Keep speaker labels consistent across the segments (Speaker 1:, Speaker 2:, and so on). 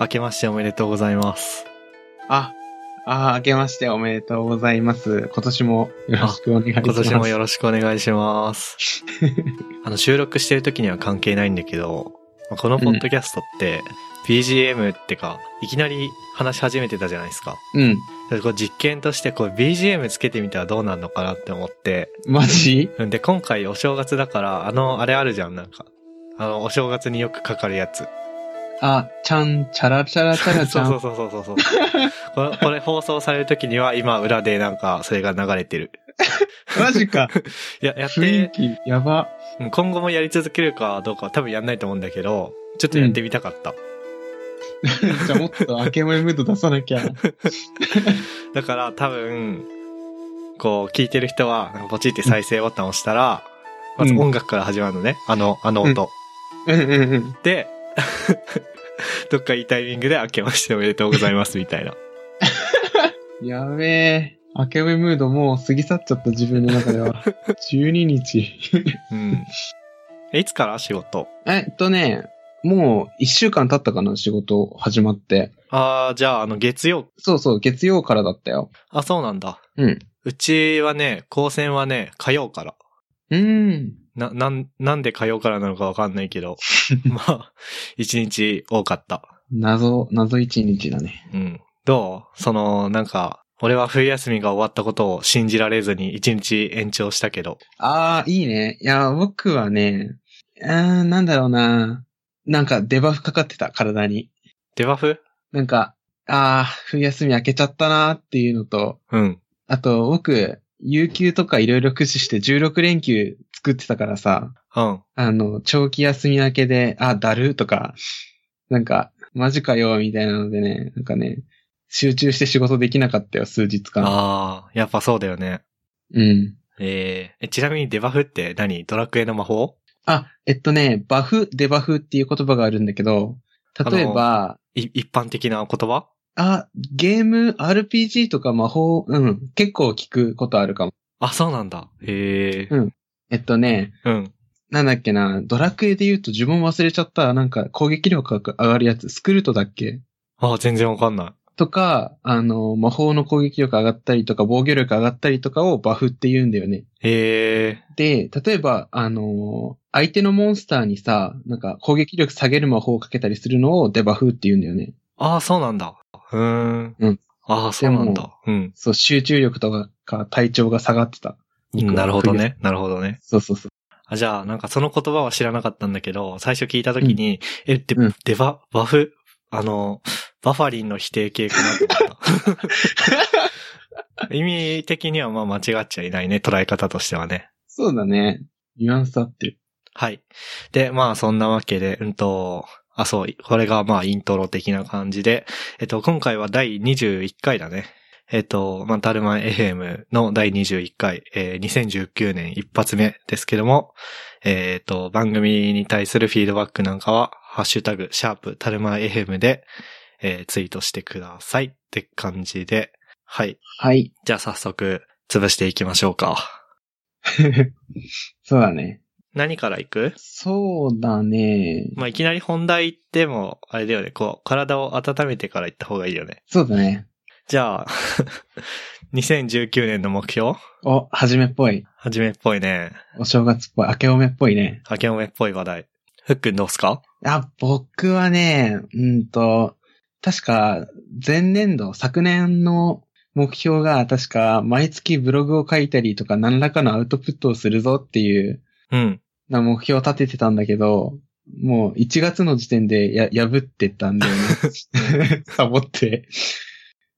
Speaker 1: 明けましておめでとうございます。
Speaker 2: あ、あ、明けましておめでとうございます。今年もよろしくお願いします。
Speaker 1: 今年もよろしくお願いし ます。あの、収録してる時には関係ないんだけど、まあこのポッドキャストって、BGM ってか、いきなり話し始めてたじゃないですか。
Speaker 2: うん。
Speaker 1: でこう実験として、こう BGM つけてみたらどうなるのかなって思って、
Speaker 2: マジ
Speaker 1: うんで、今回お正月だから、あの、あれあるじゃん、なんか。あの、お正月によくかかるやつ。
Speaker 2: あ、ちゃん、チャラチャラチャラち
Speaker 1: そう
Speaker 2: ゃ。
Speaker 1: そうんそうそうそうそう。これ、これ放送される時には、今裏でなんか、それが流れてる。
Speaker 2: マジか。
Speaker 1: いや、やって、
Speaker 2: 雰囲気、やば。
Speaker 1: うん今後もやり続けるかどうかは多分やんないと思うんだけど、ちょっとやってみたかった。
Speaker 2: じゃあもっと明け前ムード出さなきゃ。
Speaker 1: だから多分、こう聞いてる人は、ポチって再生ボタンを押したら、まず音楽から始まるのね。あの、あの音。
Speaker 2: うんうんうん。
Speaker 1: で、 どっかいいタイミングで明けましておめでとうございますみたいな。
Speaker 2: やべえ。明け前ムードもう過ぎ去っちゃった自分の中 では。12日。
Speaker 1: うん。えいつから仕事
Speaker 2: えっとね、もう1週間経ったかな、仕事始まって。
Speaker 1: あー、じゃああの月曜。
Speaker 2: そうそう、月曜からだったよ。
Speaker 1: あ、そうなんだ。
Speaker 2: うん。
Speaker 1: うちはね、高専はね、火曜から。
Speaker 2: うーん。
Speaker 1: な、なん、なんで火曜からなのかわかんないけ ど、まあ、一日多かった。
Speaker 2: 謎、謎1日だね。
Speaker 1: うん。どうその、なんか、俺は冬休みが終わったことを信じられずに一日延長したけど。
Speaker 2: ああ、いいね。いや、僕はね、あーなんだろうな。なんかデバフかかってた、体に。
Speaker 1: デバフ
Speaker 2: なんか、ああ、冬休み明けちゃったなーっていうのと、
Speaker 1: うん。
Speaker 2: あと、僕、有給とかいろいろ駆使して16連休作ってたからさ、
Speaker 1: うん。
Speaker 2: あの、長期休み明けで、あ、だるとか、なんか、マジかよ、みたいなのでね、なんかね、集中して仕事できなかったよ、数日間。
Speaker 1: ああ、やっぱそうだよね。
Speaker 2: うん。
Speaker 1: えーえ、ちなみにデバフって何ドラクエの魔法
Speaker 2: あ、えっとね、バフ、デバフっていう言葉があるんだけど、例えば、
Speaker 1: い一般的な言葉
Speaker 2: あ、ゲーム、RPG とか魔法、うん、結構聞くことあるかも。
Speaker 1: あ、そうなんだ。へえ。
Speaker 2: うんえっとね、
Speaker 1: うん。
Speaker 2: なんだっけな、ドラクエで言うと呪文忘れちゃった、なんか攻撃力が上がるやつ、スクルトだっけ
Speaker 1: ああ、全然わかんない。
Speaker 2: とか、あの、魔法の攻撃力上がったりとか、防御力上がったりとかをバフって言うんだよね。
Speaker 1: へえ。
Speaker 2: で、例えば、あの、相手のモンスターにさ、なんか攻撃力下げる魔法をかけたりするのをデバフって言うんだよね。
Speaker 1: ああ、そうなんだ。うーん。
Speaker 2: うん。
Speaker 1: ああ、そうなん
Speaker 2: で
Speaker 1: だ。うん。
Speaker 2: そう、集中力とかか体調が下がってた。
Speaker 1: なるほどね。なるほどね。
Speaker 2: そうそうそう。
Speaker 1: あ、じゃあ、なんかその言葉は知らなかったんだけど、最初聞いたときに、え、で、
Speaker 2: うん
Speaker 1: デバ、バフ、あの、バファリンの否定形かなと思っ た。 意味的にはまあ間違っちゃいないね、捉え方としてはね。
Speaker 2: そうだね。ニュアンス合ってる。
Speaker 1: はい。で、まあそんなわけで、うんと、あ、そう、これがまあイントロ的な感じで、えっと、今回は第21回だね。えっと、まあ、タルマン FM の第21回、えー2019年一発目ですけども、えっと、番組に対するフィードバックなんかは、ハッシュタグ、シャープ、タルマン FM で、えーツイートしてくださいって感じで、はい。
Speaker 2: はい。
Speaker 1: じゃあ早速、潰していきましょうか。
Speaker 2: そうだね。
Speaker 1: 何からいく
Speaker 2: そうだね。
Speaker 1: まあ、いきなり本題行っても、あれだよね、こう、体を温めてから行った方がいいよね。
Speaker 2: そうだね。
Speaker 1: じゃあ、2019年の目標
Speaker 2: お、はじめっぽい。
Speaker 1: はじめっぽいね。
Speaker 2: お正月っぽい。明けおめっぽいね。
Speaker 1: 明けおめっぽい話題。ふっくんどうすか
Speaker 2: あ、僕はね、うんと、確か、前年度、昨年の目標が、確か、毎月ブログを書いたりとか、何らかのアウトプットをするぞっていう
Speaker 1: うん。
Speaker 2: な目標を立ててたんだけど、もう1月の時点でや、破ってたんだよね。サボって。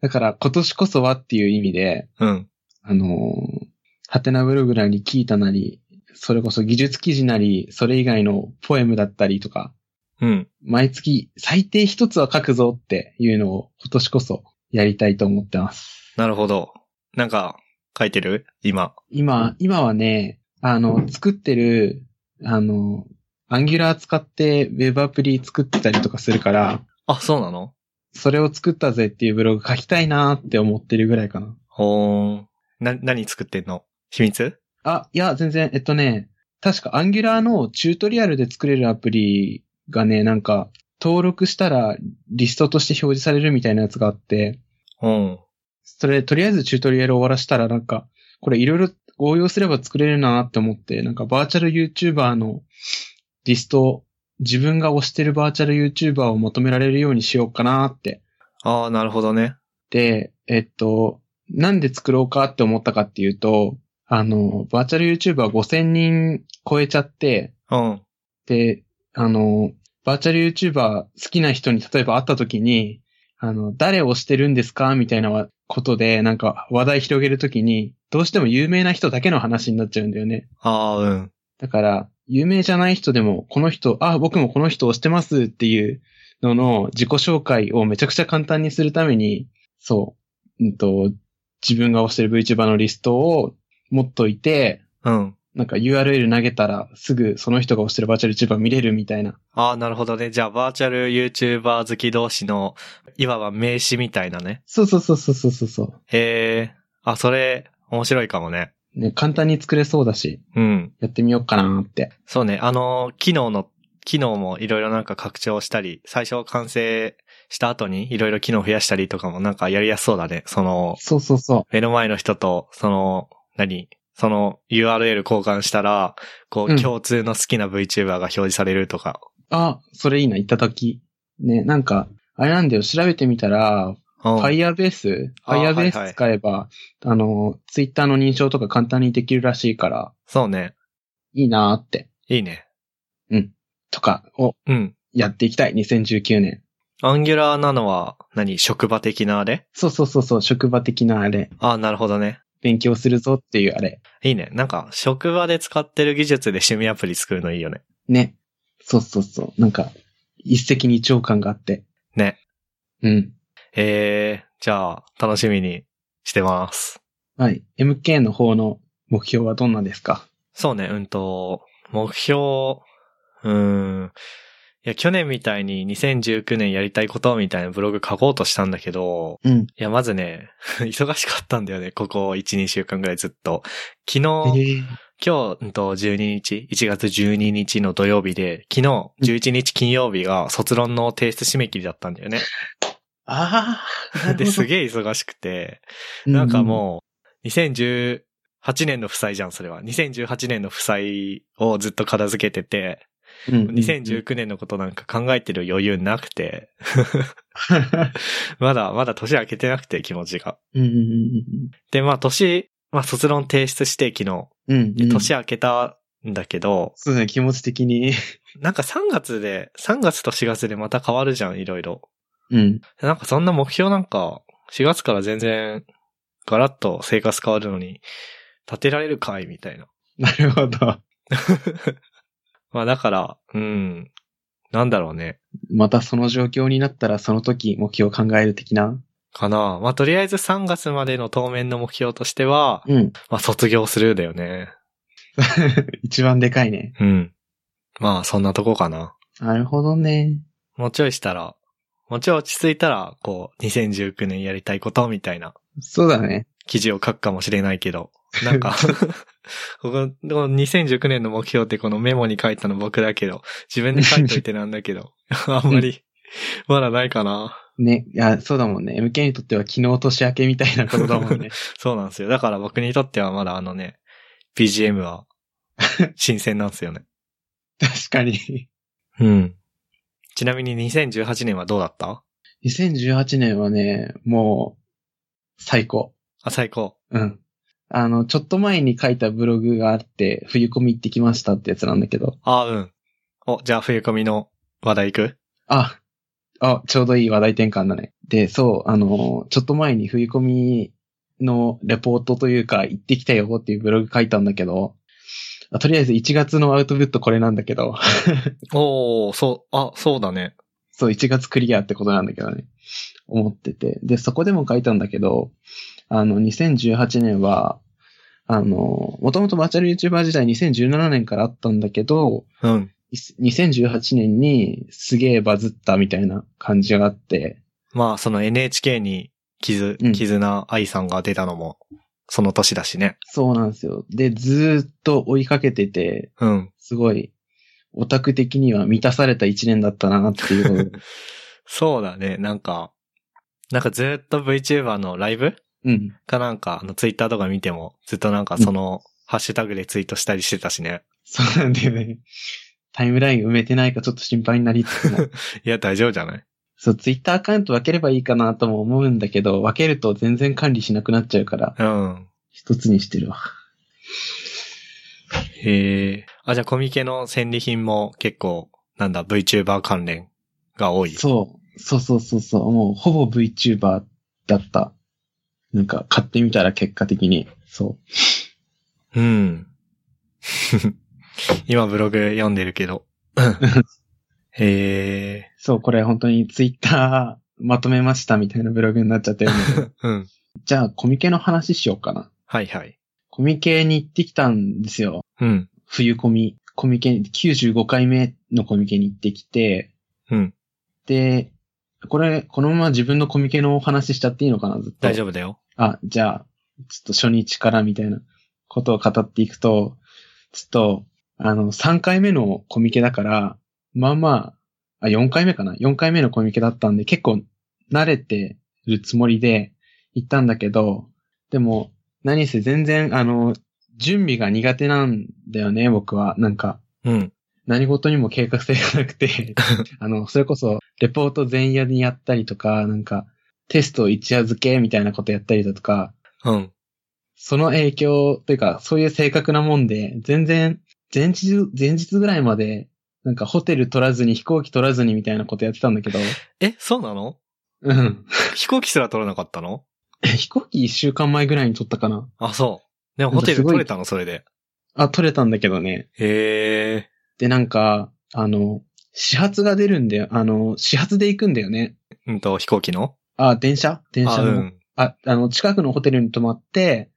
Speaker 2: だから今年こそはっていう意味で、
Speaker 1: うん。
Speaker 2: あのーハテナブログなり聞いたなり、それこそ技術記事なり、それ以外のポエムだったりとか、
Speaker 1: うん。
Speaker 2: 毎月最低一つは書くぞっていうのを今年こそやりたいと思ってます。
Speaker 1: なるほど。なんか、書いてる今。
Speaker 2: 今、今はね、あの、作ってる、あの、アンギュラー使ってウェブアプリ作ってたりとかするから、
Speaker 1: あ、そうなの
Speaker 2: それを作ったぜっていうブログ書きたいなーって思ってるぐらいかな。
Speaker 1: ほーん。な、何作ってんの秘密
Speaker 2: あ、いや、全然、えっとね、確かアンギュラーのチュートリアルで作れるアプリがね、なんか、登録したらリストとして表示されるみたいなやつがあって、
Speaker 1: うん。
Speaker 2: それとりあえずチュートリアル終わらしたらなんか、これいろいろ応用すれば作れるなって思って、なんかバーチャル YouTuber のリスト、自分が推してるバーチャル YouTuber を求められるようにしようかなって。
Speaker 1: ああ、なるほどね。
Speaker 2: で、えっと、なんで作ろうかって思ったかっていうと、あの、バーチャル YouTuber 5000人超えちゃって、
Speaker 1: うん。
Speaker 2: で、あの、バーチャル YouTuber 好きな人に例えば会った時に、あの、誰を推してるんですかみたいなことで、なんか話題広げるときに、どうしても有名な人だけの話になっちゃうんだよね。
Speaker 1: ああ、うん。
Speaker 2: だから、有名じゃない人でも、この人、あ、僕もこの人推してますっていうのの自己紹介をめちゃくちゃ簡単にするために、そう、うんと、自分が推してる VTuber のリストを持っといて、
Speaker 1: うん。
Speaker 2: なんか URL 投げたらすぐその人が推してるバーチャル YouTuber 見れるみたいな
Speaker 1: ああ、なるほどね。じゃあ、バーチャル YouTuber 好き同士の、いわば名刺みたいなね。
Speaker 2: そうそうそうそうそうそうそ
Speaker 1: へえ。あ、それ、面白いかもね。
Speaker 2: う。ね、簡単に作れそうだし、
Speaker 1: うん。
Speaker 2: やってみようかなって。
Speaker 1: そうね。あの、機能の、機能もいろいろなんか拡張したり、最初完成した後にいろいろ機能増やしたりとかもなんかやりやすそうだね。その、
Speaker 2: そうそうそ
Speaker 1: 目の前の人と、その、何その URL 交換したら、こ
Speaker 2: う
Speaker 1: う、
Speaker 2: ん
Speaker 1: 共通の好きな VTuber が表示されるとか。
Speaker 2: う。あ、それいいな、いただき。ね、なんか、あれなんだよ、調べてみたら、
Speaker 1: うん。
Speaker 2: Firebase、
Speaker 1: あーはいは
Speaker 2: Firebase
Speaker 1: い
Speaker 2: 使えば、あの、Twitter の認証とか簡単にできるらしいから、
Speaker 1: そうね。
Speaker 2: いいなって、
Speaker 1: いいね。
Speaker 2: とかを
Speaker 1: うん。
Speaker 2: やっていきたい、2019年。
Speaker 1: アンギュラーなのは何、職場的なあれ
Speaker 2: そうそうそうそう、職場的なあれ、
Speaker 1: ああ、なるほどね。
Speaker 2: 勉強するぞっていうあれ。
Speaker 1: いいね。なんか、職場で使ってる技術で趣味アプリ作るのいいよね。
Speaker 2: ね。そうそうそう、なんか、一石二鳥感があって。
Speaker 1: ね。
Speaker 2: うん。
Speaker 1: ええじゃあ、楽しみにしてます。
Speaker 2: はい。MK の方の目標はどんなですか
Speaker 1: そうね、うんと、目標、うーん。いや、去年みたいに2019年やりたいことみたいなブログ書こうとしたんだけど、
Speaker 2: うん。
Speaker 1: いや、まずね、 忙しかったんだよね、ここ1、2週間ぐらいずっと。昨日、
Speaker 2: え
Speaker 1: 今日、うんと、12日、1月12日の土曜日で、昨日、11日金曜日が卒論の提出締め切りだったんだよね。
Speaker 2: ああ。
Speaker 1: で、す
Speaker 2: え。
Speaker 1: げえ忙しくて、なんかもう、2018年の負債じゃん、それは。2018年の負債をずっと片付けてて、
Speaker 2: うん、うん
Speaker 1: 2019年のことなんか考えてる余裕なく て、まだ、まだ年明けてなくて、気持ちが。
Speaker 2: うんうん
Speaker 1: で、まあ年、まあ卒論提出して、昨日。
Speaker 2: うんうん。
Speaker 1: で、
Speaker 2: 年
Speaker 1: 年明けたんだけど、
Speaker 2: そうだね、気持ち的に。
Speaker 1: なんか3月で、3月と4月でまた変わるじゃん、いろいろ。
Speaker 2: うん。
Speaker 1: なんかそんな目標なんか、4月から全然、ガラッと生活変わるのに、立てられるかいみたいな。
Speaker 2: なるほど。
Speaker 1: まあだから、うん。なんだろうね。
Speaker 2: またその状況になったらその時目標を考える的な。
Speaker 1: かな。まあとりあえず3月までの当面の目標としては、
Speaker 2: うん。
Speaker 1: まあ卒業するだよね。
Speaker 2: 一番でかいね。
Speaker 1: うん。まあそんなとこかな。
Speaker 2: なるほどね。
Speaker 1: もうちょいしたら、もうちょい落ち着いたら、こう、2019年やりたいことみたいな
Speaker 2: そうだね。
Speaker 1: 記事を書くかもしれないけど、なんか、 ここ、この2019年の目標ってこのメモに書いたの僕だけど、自分で書いといてなんだけ ど、あんまり、まだないかな。
Speaker 2: ね。いや、そうだもんね。MK にとっては昨日年明けみたいなことだも んね。
Speaker 1: そうなんですよ。だから僕にとってはまだあのね、BGM は、新鮮なんですよね。
Speaker 2: 確かに。
Speaker 1: うん。ちなみに2018年はどうだった
Speaker 2: 2018年はね、もう、最高。
Speaker 1: あ、最高。
Speaker 2: うん。あの、ちょっと前に書いたブログがあって、冬コミ行ってきましたってやつなんだけど。
Speaker 1: あうん。お、じゃあ冬コミの話題いく
Speaker 2: あ、あ、ちょうどいい話題転換だね。で、そう、あの、ちょっと前に冬コミのレポートというか、行ってきたよっていうブログ書いたんだけど、あとりあえず1月のアウトプットこれなんだけど、
Speaker 1: おー、そう、あ、そうだね。
Speaker 2: そう、1月クリアってことなんだけどね。思ってて。で、そこでも書いたんだけど、あの、2018年は、あの、もともとバーチャル YouTuber 時代2017年からあったんだけど、
Speaker 1: うん。
Speaker 2: 2018年にすげえバズったみたいな感じがあって、
Speaker 1: まあ、その NHK に、絆
Speaker 2: うん、
Speaker 1: 絆愛さんが出たのも、その年だしね。
Speaker 2: そうなんですよ。で、ずーっと追いかけてて、
Speaker 1: うん。
Speaker 2: すごいオタク的には満たされた一年だったなっていう。
Speaker 1: そうだね、なんか、なんかずっと VTuber のライブ
Speaker 2: うん。
Speaker 1: かなんか、あの、ツイッターとか見ても、ずっとなんかその、ハッシュタグでツイートしたりしてたしね。
Speaker 2: そうなんだよね。タイムライン埋めてないかちょっと心配になりつつも。
Speaker 1: いや、大丈夫じゃない
Speaker 2: そう、ツイッターアカウント分ければいいかなとも思うんだけど、分けると全然管理しなくなっちゃうから、
Speaker 1: うん。
Speaker 2: 一つにしてるわ。
Speaker 1: へえ。あ、じゃあコミケの戦利品も結構、なんだ、VTuber 関連が多い。。
Speaker 2: そう、そうそうそうそう、もうほぼ VTuber だった。なんか買ってみたら結果的に、そう
Speaker 1: うん。 今ブログ読んでるけ ど。へ
Speaker 2: う。そう、これ本当にツイッターまとめましたみたいなブログになっちゃってるんだけど。
Speaker 1: え。うん。
Speaker 2: じゃあコミケの話しようかな。
Speaker 1: はいはい。
Speaker 2: コミケに行ってきたんですよ。
Speaker 1: うん。
Speaker 2: 冬コミ、コミケに、95回目のコミケに行ってきて、
Speaker 1: うん。
Speaker 2: で、これ、このまま自分のコミケのお話しちゃっていいのかなずっと。
Speaker 1: 大丈
Speaker 2: 夫。
Speaker 1: 夫だよ。
Speaker 2: あ、じゃあ、ちょっと初日からみたいなことを語っていくと、ちょっと、あの、3回目のコミケだから、まあまあ、あ、4回目かな ?4 回目のコミケだったんで、結構慣れてるつもりで行ったんだけど、でも、何せ全然、あの、準備が苦手なんだよね、僕は。なんか、
Speaker 1: うん。
Speaker 2: 何事にも計画性がなくて、 あの、それこそ、レポート前夜にやったりとか、なんか、テスト一夜漬けみたいなことやったりだとか、
Speaker 1: うん。
Speaker 2: その影響というか、そういう性格なもんで、全然、前日、前日ぐらいまで、なんかホテル取らずに飛行機取らずにみたいなことやってたんだけど、
Speaker 1: え、そうなの
Speaker 2: うん。
Speaker 1: 飛行機すら取らなかったの
Speaker 2: 飛行機一週間前ぐらいに取ったかな。
Speaker 1: あ、そう。でもホテル取れたのそれで。
Speaker 2: あ、取れたんだけどね。
Speaker 1: へえ。
Speaker 2: で、なんか、あの、始発が出るんだよ。あの、始発で行くんだよね。
Speaker 1: うんと、飛行機の
Speaker 2: あ、電車電
Speaker 1: あ、
Speaker 2: 車
Speaker 1: う
Speaker 2: の。
Speaker 1: ん。
Speaker 2: あ、あの、近くのホテルに泊まって、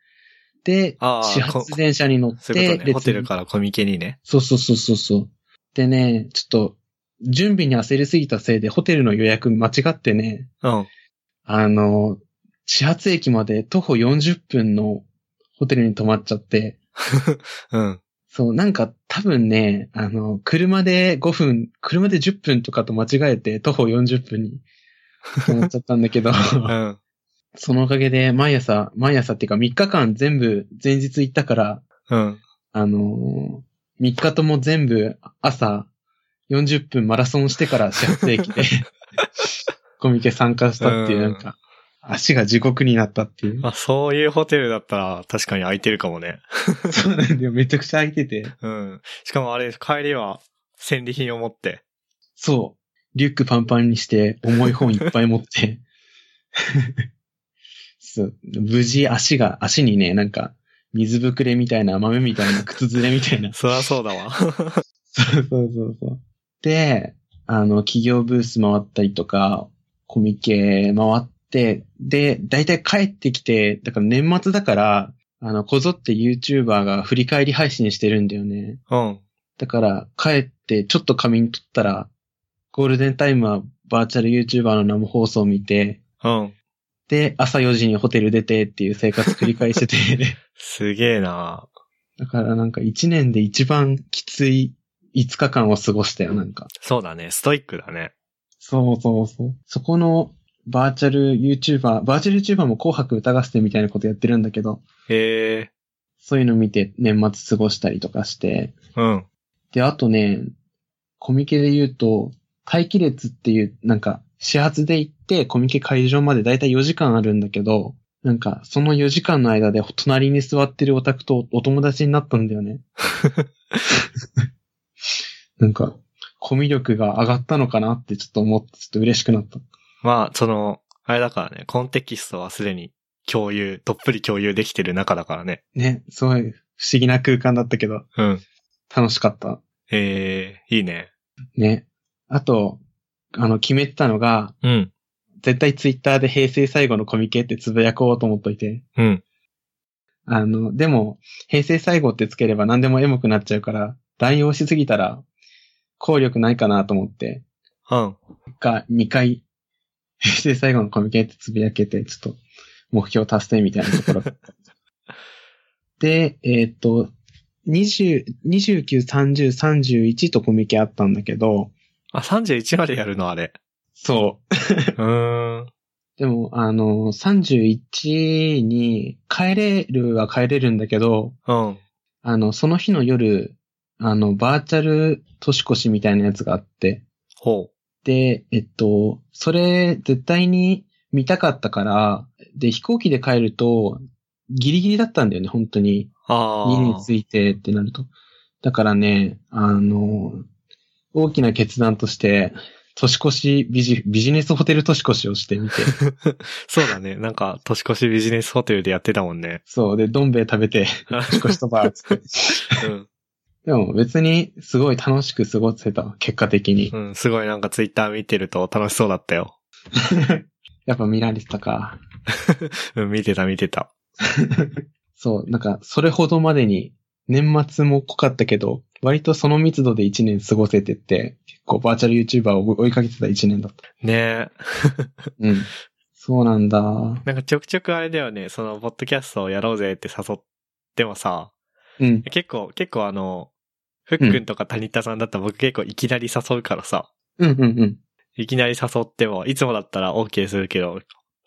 Speaker 2: で、
Speaker 1: あー
Speaker 2: 始発電車に乗っ
Speaker 1: そういうこ
Speaker 2: て、
Speaker 1: と
Speaker 2: で
Speaker 1: ね。ホテルからコミケにね。
Speaker 2: そうそうそうそうそう。でね、ちょっと、準備に焦りすぎたせいで、ホテルの予約間違ってね、
Speaker 1: うん。
Speaker 2: あの、始発駅まで徒歩40分のホテルに泊まっちゃって、
Speaker 1: うん。
Speaker 2: そう、なんか多分ね、あの、車で5分、車で10分とかと間違えて、徒歩40分に泊まっちゃったんだけど、
Speaker 1: うん。
Speaker 2: そのおかげで、毎朝、毎朝っていうか3日間全部前日行ったから、
Speaker 1: うん。
Speaker 2: あのー、3日とも全部朝40分マラソンしてから始発駅 でコミケ参加したっていう、
Speaker 1: う
Speaker 2: なんんか、足が地獄になったっていう。
Speaker 1: まあ、そういうホテルだったら確かに空いてるかもね。
Speaker 2: そうなんだよ。めちゃくちゃ空いてて。
Speaker 1: うん。しかもあれ、帰りは戦利品を持って。
Speaker 2: そう。リュックパンパンにして、重い本いっぱい持って。 そう。無事足が、足にね、なんか、水ぶくれみたいな、豆みたいな、靴ずれみたいな、
Speaker 1: そりゃそうだ わ。
Speaker 2: そうそうそうそう。で、あの、企業ブース回ったりとか、コミケ回って、で、大体帰ってきて、だから年末だから、あの、こぞって YouTuber が振り返り配信してるんだよね。
Speaker 1: うん。
Speaker 2: だから、帰ってちょっと仮眠取ったら、ゴールデンタイムはバーチャル YouTuber の生放送を見て、
Speaker 1: うん。
Speaker 2: で、朝4時にホテル出てっていう生活繰り返してて、
Speaker 1: すげえな
Speaker 2: だからなんか1年で一番きつい5日間を過ごしたよ、なんか。
Speaker 1: そうだね。ストイックだね。
Speaker 2: そうそうそう。そこのバーチャル YouTuber、バーチャル YouTuber も紅白歌合戦みたいなことやってるんだけど、
Speaker 1: へえ。
Speaker 2: そういうの見て年末過ごしたりとかして。
Speaker 1: うん。
Speaker 2: で、あとね、コミケで言うと、待機列っていう、なんか、始発で行ってコミケ会場までだいたい4時間あるんだけど、なんか、その4時間の間で隣に座ってるオタクとお友達になったんだよね。なんか、コミュ力が上がったのかなってちょっと思って、ちょっと嬉しくなった。
Speaker 1: まあ、その、あれだからね、コンテキストはすでに共有、どっぷり共有できてる中だからね。
Speaker 2: ね、すごい不思議な空間だったけど、
Speaker 1: うん。
Speaker 2: 楽しかった。
Speaker 1: ええ、いいね。
Speaker 2: ね。あと、あの、決めてたのが、
Speaker 1: うん。
Speaker 2: 絶対ツイッターで平成最後のコミケってつぶやこうと思っといて。
Speaker 1: うん。
Speaker 2: あの、でも、平成最後ってつければ何でもエモくなっちゃうから、乱用しすぎたら、効力ないかなと思って、
Speaker 1: うん。
Speaker 2: が2回、 平成最後のコミケってつぶやけて、ちょっと、 目標達成みたいなところ。で、えーっと、 20 29、30、31とコミケあったんだけど、
Speaker 1: あ、31までやるのあれ。
Speaker 2: そう
Speaker 1: ーん。
Speaker 2: う。でも、あの、31に帰れるは帰れるんだけど、
Speaker 1: うん。
Speaker 2: あの、その日の夜、あの、バーチャル年越しみたいなやつがあって、
Speaker 1: ほ
Speaker 2: で、えっと、それ絶対に見たかったから、で、飛行機で帰ると、ギリギリだったんだよね、本当に。
Speaker 1: う。ああ。
Speaker 2: 家に着いてってなると。だからね、あの、大きな決断として、年越しビジ、ビジネスホテル年越しをしてみて。
Speaker 1: そうだね。なんか、年越しビジネスホテルでやってたもんね。
Speaker 2: そう、で、どん兵衛食べて、年越しそば、つって。
Speaker 1: うん。
Speaker 2: でも別に、すごい楽しく過ごせた、結果 的に。
Speaker 1: うん、すごいなんかツイッター見てると楽しそうだったよ。
Speaker 2: やっぱ見られてたか。
Speaker 1: うん、見てた見てた。
Speaker 2: そう、なんか、それほどまでに、年末も濃かったけど、割とその密度で1年過ごせてって、結構バーチャル YouTuber を追いかけてた1年だった。
Speaker 1: ねえ。
Speaker 2: うん。そうなんだ。
Speaker 1: なんかちょくちょくあれだよね、その、ポッドキャストをやろうぜって誘ってもさ、
Speaker 2: うん。
Speaker 1: 結構、結構あの、ふっくんとか谷田さんだったら僕結構いきなり誘うからさ、
Speaker 2: うんうんうん。
Speaker 1: いきなり誘っても、いつもだったら OK するけど、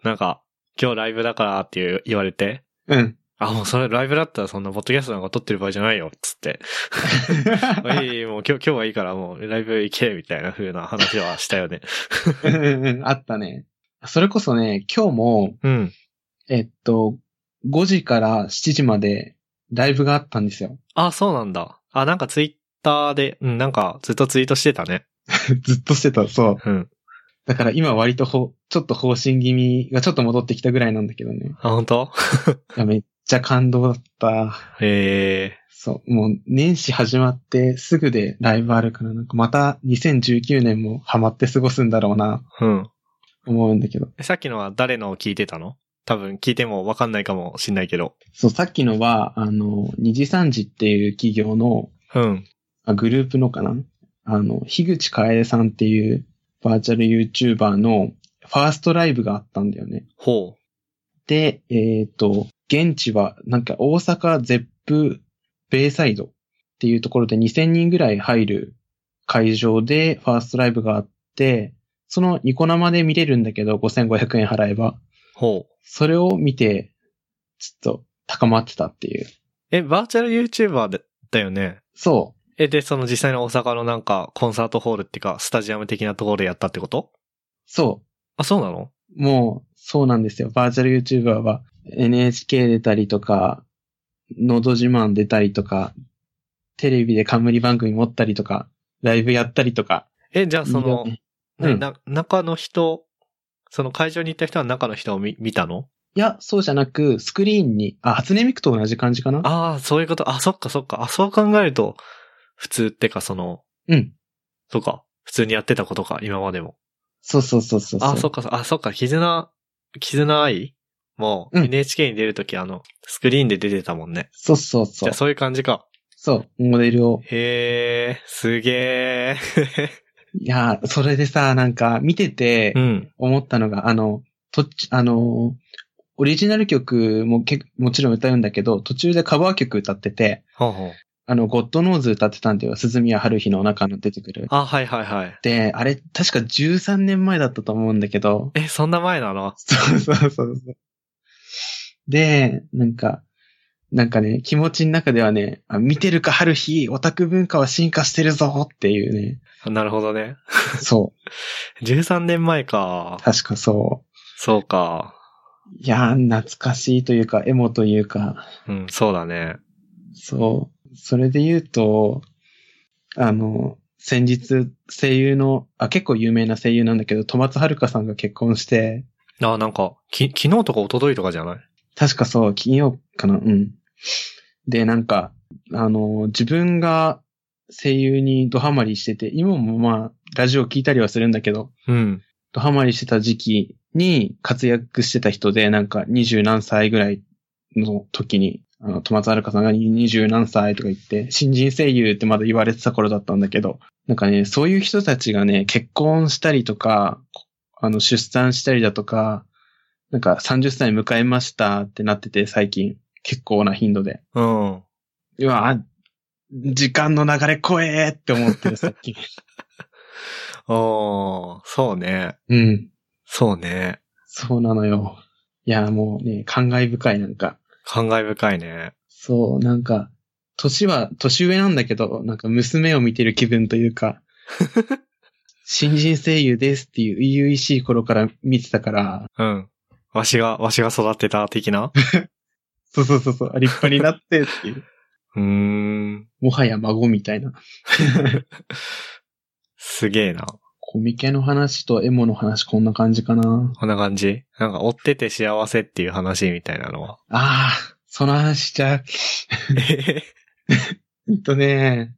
Speaker 1: なんか、今日ライブだからっていう言われて、
Speaker 2: うん。
Speaker 1: あ、もうそれライブだったらそんなポッドキャストなんか撮ってる場合じゃないよ、つって。 いいいい、もう今日、今日はいいからもうライブ行け、みたいな風な話はしたよね。
Speaker 2: あったね。それこそね、今日も、
Speaker 1: うん。
Speaker 2: えっと、5時から7時までライブがあったんですよ。
Speaker 1: あ、そうなんだ。あ、なんかツイッターで、うん、なんかずっとツイートしてたね。
Speaker 2: ずっとしてた、そ
Speaker 1: う
Speaker 2: う。
Speaker 1: ん。
Speaker 2: だから今割とほ、ちょっと方針気味がちょっと戻ってきたぐらいなんだけどね。
Speaker 1: あ、本当？
Speaker 2: いやめっちゃ感動だった。
Speaker 1: え
Speaker 2: そう、もう年始始まってすぐでライブあるから、なんかまた2019年もハマって過ごすんだろうな、
Speaker 1: えうん。
Speaker 2: 思うんだけど。
Speaker 1: さっきのは誰のを聞いてたの多分聞いてもわかんないかもしんないけど。
Speaker 2: そう、さっきのは、あの、二次三次っていう企業の、
Speaker 1: うん。
Speaker 2: あグループのかなあの、樋口楓さんっていうバーチャル YouTuber のファーストライブがあったんだよね。
Speaker 1: ほ
Speaker 2: で、えっ、と、現地はなんか大阪ゼップベイサイドっていうところで2000人ぐらい入る会場でファーストライブがあって、そのニコ生で見れるんだけど5500円払えば、
Speaker 1: う。ほう。
Speaker 2: それを見て、ちょっと高まってたっていう。
Speaker 1: え、バーチャル YouTuber だだよね。
Speaker 2: そ
Speaker 1: え、で、その実際の大阪のなんかコンサートホールっていうか、スタジアム的なところでやったってこと
Speaker 2: う、そう。
Speaker 1: あ、そうなの
Speaker 2: もう、そうなんですよ。バーチャル YouTuber は NHK 出たりとか、のど自慢出たりとか、テレビで冠番組持ったりとか、ライブやったりとか。
Speaker 1: え、じゃあその、
Speaker 2: いろ
Speaker 1: ね
Speaker 2: うん
Speaker 1: な、中の人、その会場に行った人は中の人を見見たの
Speaker 2: や、そうじゃなく、スクリーンに、あ、初音ミクと同じ感じかな
Speaker 1: ああ、そういうこと。あ、そっかそっか。あ、そう考えると、普通ってかその、
Speaker 2: うん。
Speaker 1: そうか。普通にやってたことか、今までも。
Speaker 2: そうそうそうそうそう。
Speaker 1: あ、そっかそっか、あ、そっか、絆、絆愛もう
Speaker 2: うん
Speaker 1: NHK に出るとき、あの、スクリーンで出てたもんね。
Speaker 2: そうそうそ
Speaker 1: じゃ
Speaker 2: う
Speaker 1: あ。そういう感じか。
Speaker 2: そう、モデルを。
Speaker 1: へえ、すげえ。
Speaker 2: いや、それでさ、なんか、見てて
Speaker 1: う、ん。
Speaker 2: 思ったのが、あの、とっち、あの、オリジナル曲もけもちろん歌うんだけど、途中でカバー曲歌ってて、
Speaker 1: ほうほう。
Speaker 2: あの、ゴッドノーズ歌ってたんだよ。鈴宮春日の中の出てくる。
Speaker 1: あ、はいはいはい。
Speaker 2: で、あれ、確か13年前だったと思うんだけど。
Speaker 1: え、そんな前なの
Speaker 2: そうそうそうそう。で、なんか、なんかね、気持ちの中ではね、あ見てるか春日、オタク文化は進化してるぞっていうね。
Speaker 1: なるほどね。
Speaker 2: そ
Speaker 1: 13年前か
Speaker 2: う、。確かそ
Speaker 1: そうか。
Speaker 2: う。いやー、懐かしいというか、エモというか、
Speaker 1: うん、そうだね。
Speaker 2: そう。それで言うと、あの、先日、声優の、あ、結構有名な声優なんだけど、戸松遥さんが結婚して、
Speaker 1: あ、なんか、き、昨日とか一昨日とかじゃない
Speaker 2: 確かそう、金曜かな、うん。で、なんか、あの、自分が声優にドハマりしてて、今もまあ、ラジオ聞いたりはするんだけど、
Speaker 1: うん。
Speaker 2: ドハマりしてた時期に活躍してた人で、なんか二十何歳ぐらいの時に、あの、戸松遥さんが二十何歳とか言って、新人声優ってまだ言われてた頃だったんだけど、なんかね、そういう人たちがね、結婚したりとか、あの、出産したりだとか、なんか30歳迎えましたってなってて、最近。結構な頻度で。
Speaker 1: うん。
Speaker 2: うわ、あ時間の流れ怖えって思ってる、さっき。
Speaker 1: おー、そうね。
Speaker 2: うん。
Speaker 1: そうね。
Speaker 2: そうなのよ。いや、もうね、感慨深いなんか。
Speaker 1: 感慨深いね。
Speaker 2: そう、なんか、年は年上なんだけど、なんか娘を見てる気分というか、新人声優ですっていう初々しい頃から見てたから、
Speaker 1: うん。わしが、わしが育てた的な
Speaker 2: そうそうそうそう、あ立派になってっていう、
Speaker 1: うーん。
Speaker 2: もはや孫みたいな。
Speaker 1: すげえな。
Speaker 2: コミケの話とエモの話こんな感じかな。
Speaker 1: こんな感じなんか追ってて幸せっていう話みたいな のは。
Speaker 2: ああ、その話しちゃう。えっとね、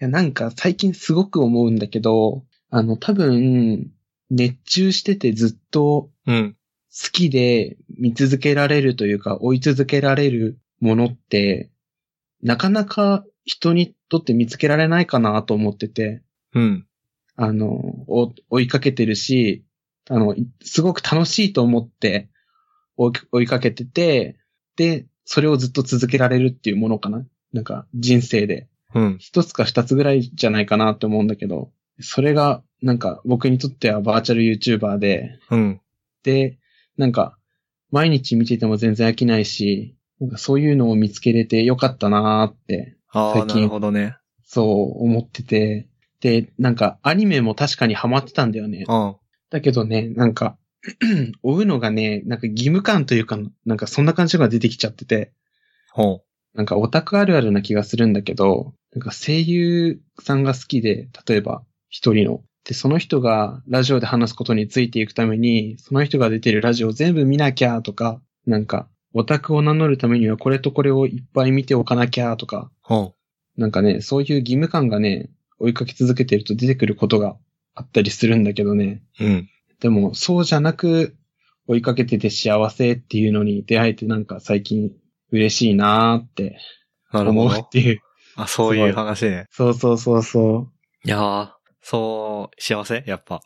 Speaker 2: いやなんか最近すごく思うんだけど、あの多分、熱中しててずっと
Speaker 1: うん。
Speaker 2: 好きで見続けられるというか、追い続けられるものって、なかなか人にとって見つけられないかなと思ってて、
Speaker 1: うん。
Speaker 2: あの、お追いかけてるし、あの、いすごく楽しいと思って追い追いかけてて、で、それをずっと続けられるっていうものかな。なんか、人生で。
Speaker 1: うん。
Speaker 2: 一つか二つぐらいじゃないかなって思うんだけど、それが、なんか、僕にとってはバーチャル YouTuber で、
Speaker 1: うん。
Speaker 2: で、なんか、毎日見てても全然飽きないし、なんかそういうのを見つけれてよかったなーって、
Speaker 1: ああ、
Speaker 2: 最
Speaker 1: な
Speaker 2: 近
Speaker 1: るほどね。
Speaker 2: そう思ってて、で、なんかアニメも確かにハマってたんだよね。
Speaker 1: うん。
Speaker 2: だけどね、なんか、 追うのがね、なんか義務感というか、なんかそんな感じが出てきちゃってて、
Speaker 1: ほ
Speaker 2: なんかオタクあるあるな気がするんだけど、なんか声優さんが好きで、例えば一人の。で、その人がラジオで話すことについていくために、その人が出てるラジオ全部見なきゃとか、なんか、オタクを名乗るためにはこれとこれをいっぱい見ておかなきゃとか、
Speaker 1: う。ほ
Speaker 2: なんかね、そういう義務感がね、追いかけ続けてると出てくることがあったりするんだけどね。
Speaker 1: う。うん。
Speaker 2: でも、そうじゃなく、追いかけてて幸せっていうのに出会えてなんか最近嬉しいなーって
Speaker 1: なる
Speaker 2: 思
Speaker 1: ほ
Speaker 2: う
Speaker 1: ど
Speaker 2: っ。ていう。
Speaker 1: あ、そういう話ね。
Speaker 2: そうそうそうそう。
Speaker 1: いやー、そう、幸せやっぱ。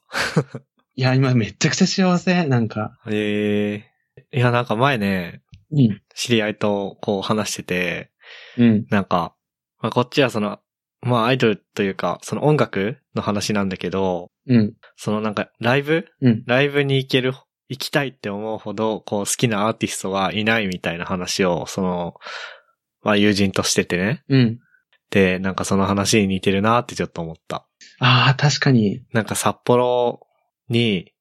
Speaker 2: いや、今めちゃくちゃ幸せ、なんか。
Speaker 1: ええいや、なんか前ね、
Speaker 2: うん。
Speaker 1: 知り合いとこう話してて、
Speaker 2: うん。
Speaker 1: なんか、まあ、こっちはその、まあアイドルというか、その音楽の話なんだけど、
Speaker 2: うん。
Speaker 1: そのなんかライブ
Speaker 2: うん。
Speaker 1: ライブに行ける、行きたいって思うほど、こう好きなアーティストはいないみたいな話を、その、まあ友人としててね。
Speaker 2: うん。
Speaker 1: で、なんかその話に似てるなってちょっと思った。
Speaker 2: ああ、確かに。
Speaker 1: なんか札幌に、
Speaker 2: うん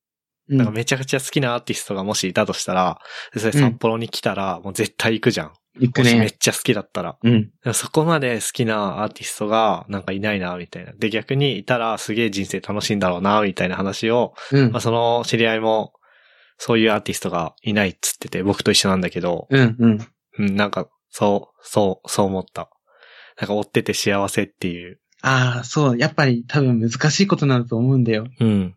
Speaker 1: なんかめちゃくちゃ好きなアーティストがもしいたとしたら、でそれ札幌に来たら、もう絶対行くじゃん。
Speaker 2: 行く
Speaker 1: もしめ
Speaker 2: ね
Speaker 1: っ。ちゃ好きだったら。
Speaker 2: うん。
Speaker 1: でもそこまで好きなアーティストがなんかいないな、みたいな。で、逆にいたらすげえ人生楽しいんだろうな、みたいな話を、
Speaker 2: うん
Speaker 1: まあ、。その知り合いも、そういうアーティストがいないっつってて、僕と一緒なんだけど、
Speaker 2: うん。うん。
Speaker 1: うん、なんか、そう、そう、そう思った。なんか追ってて幸せっていう。
Speaker 2: ああ、そう。やっぱり多分難しいことなんだと思うんだよ。
Speaker 1: うん。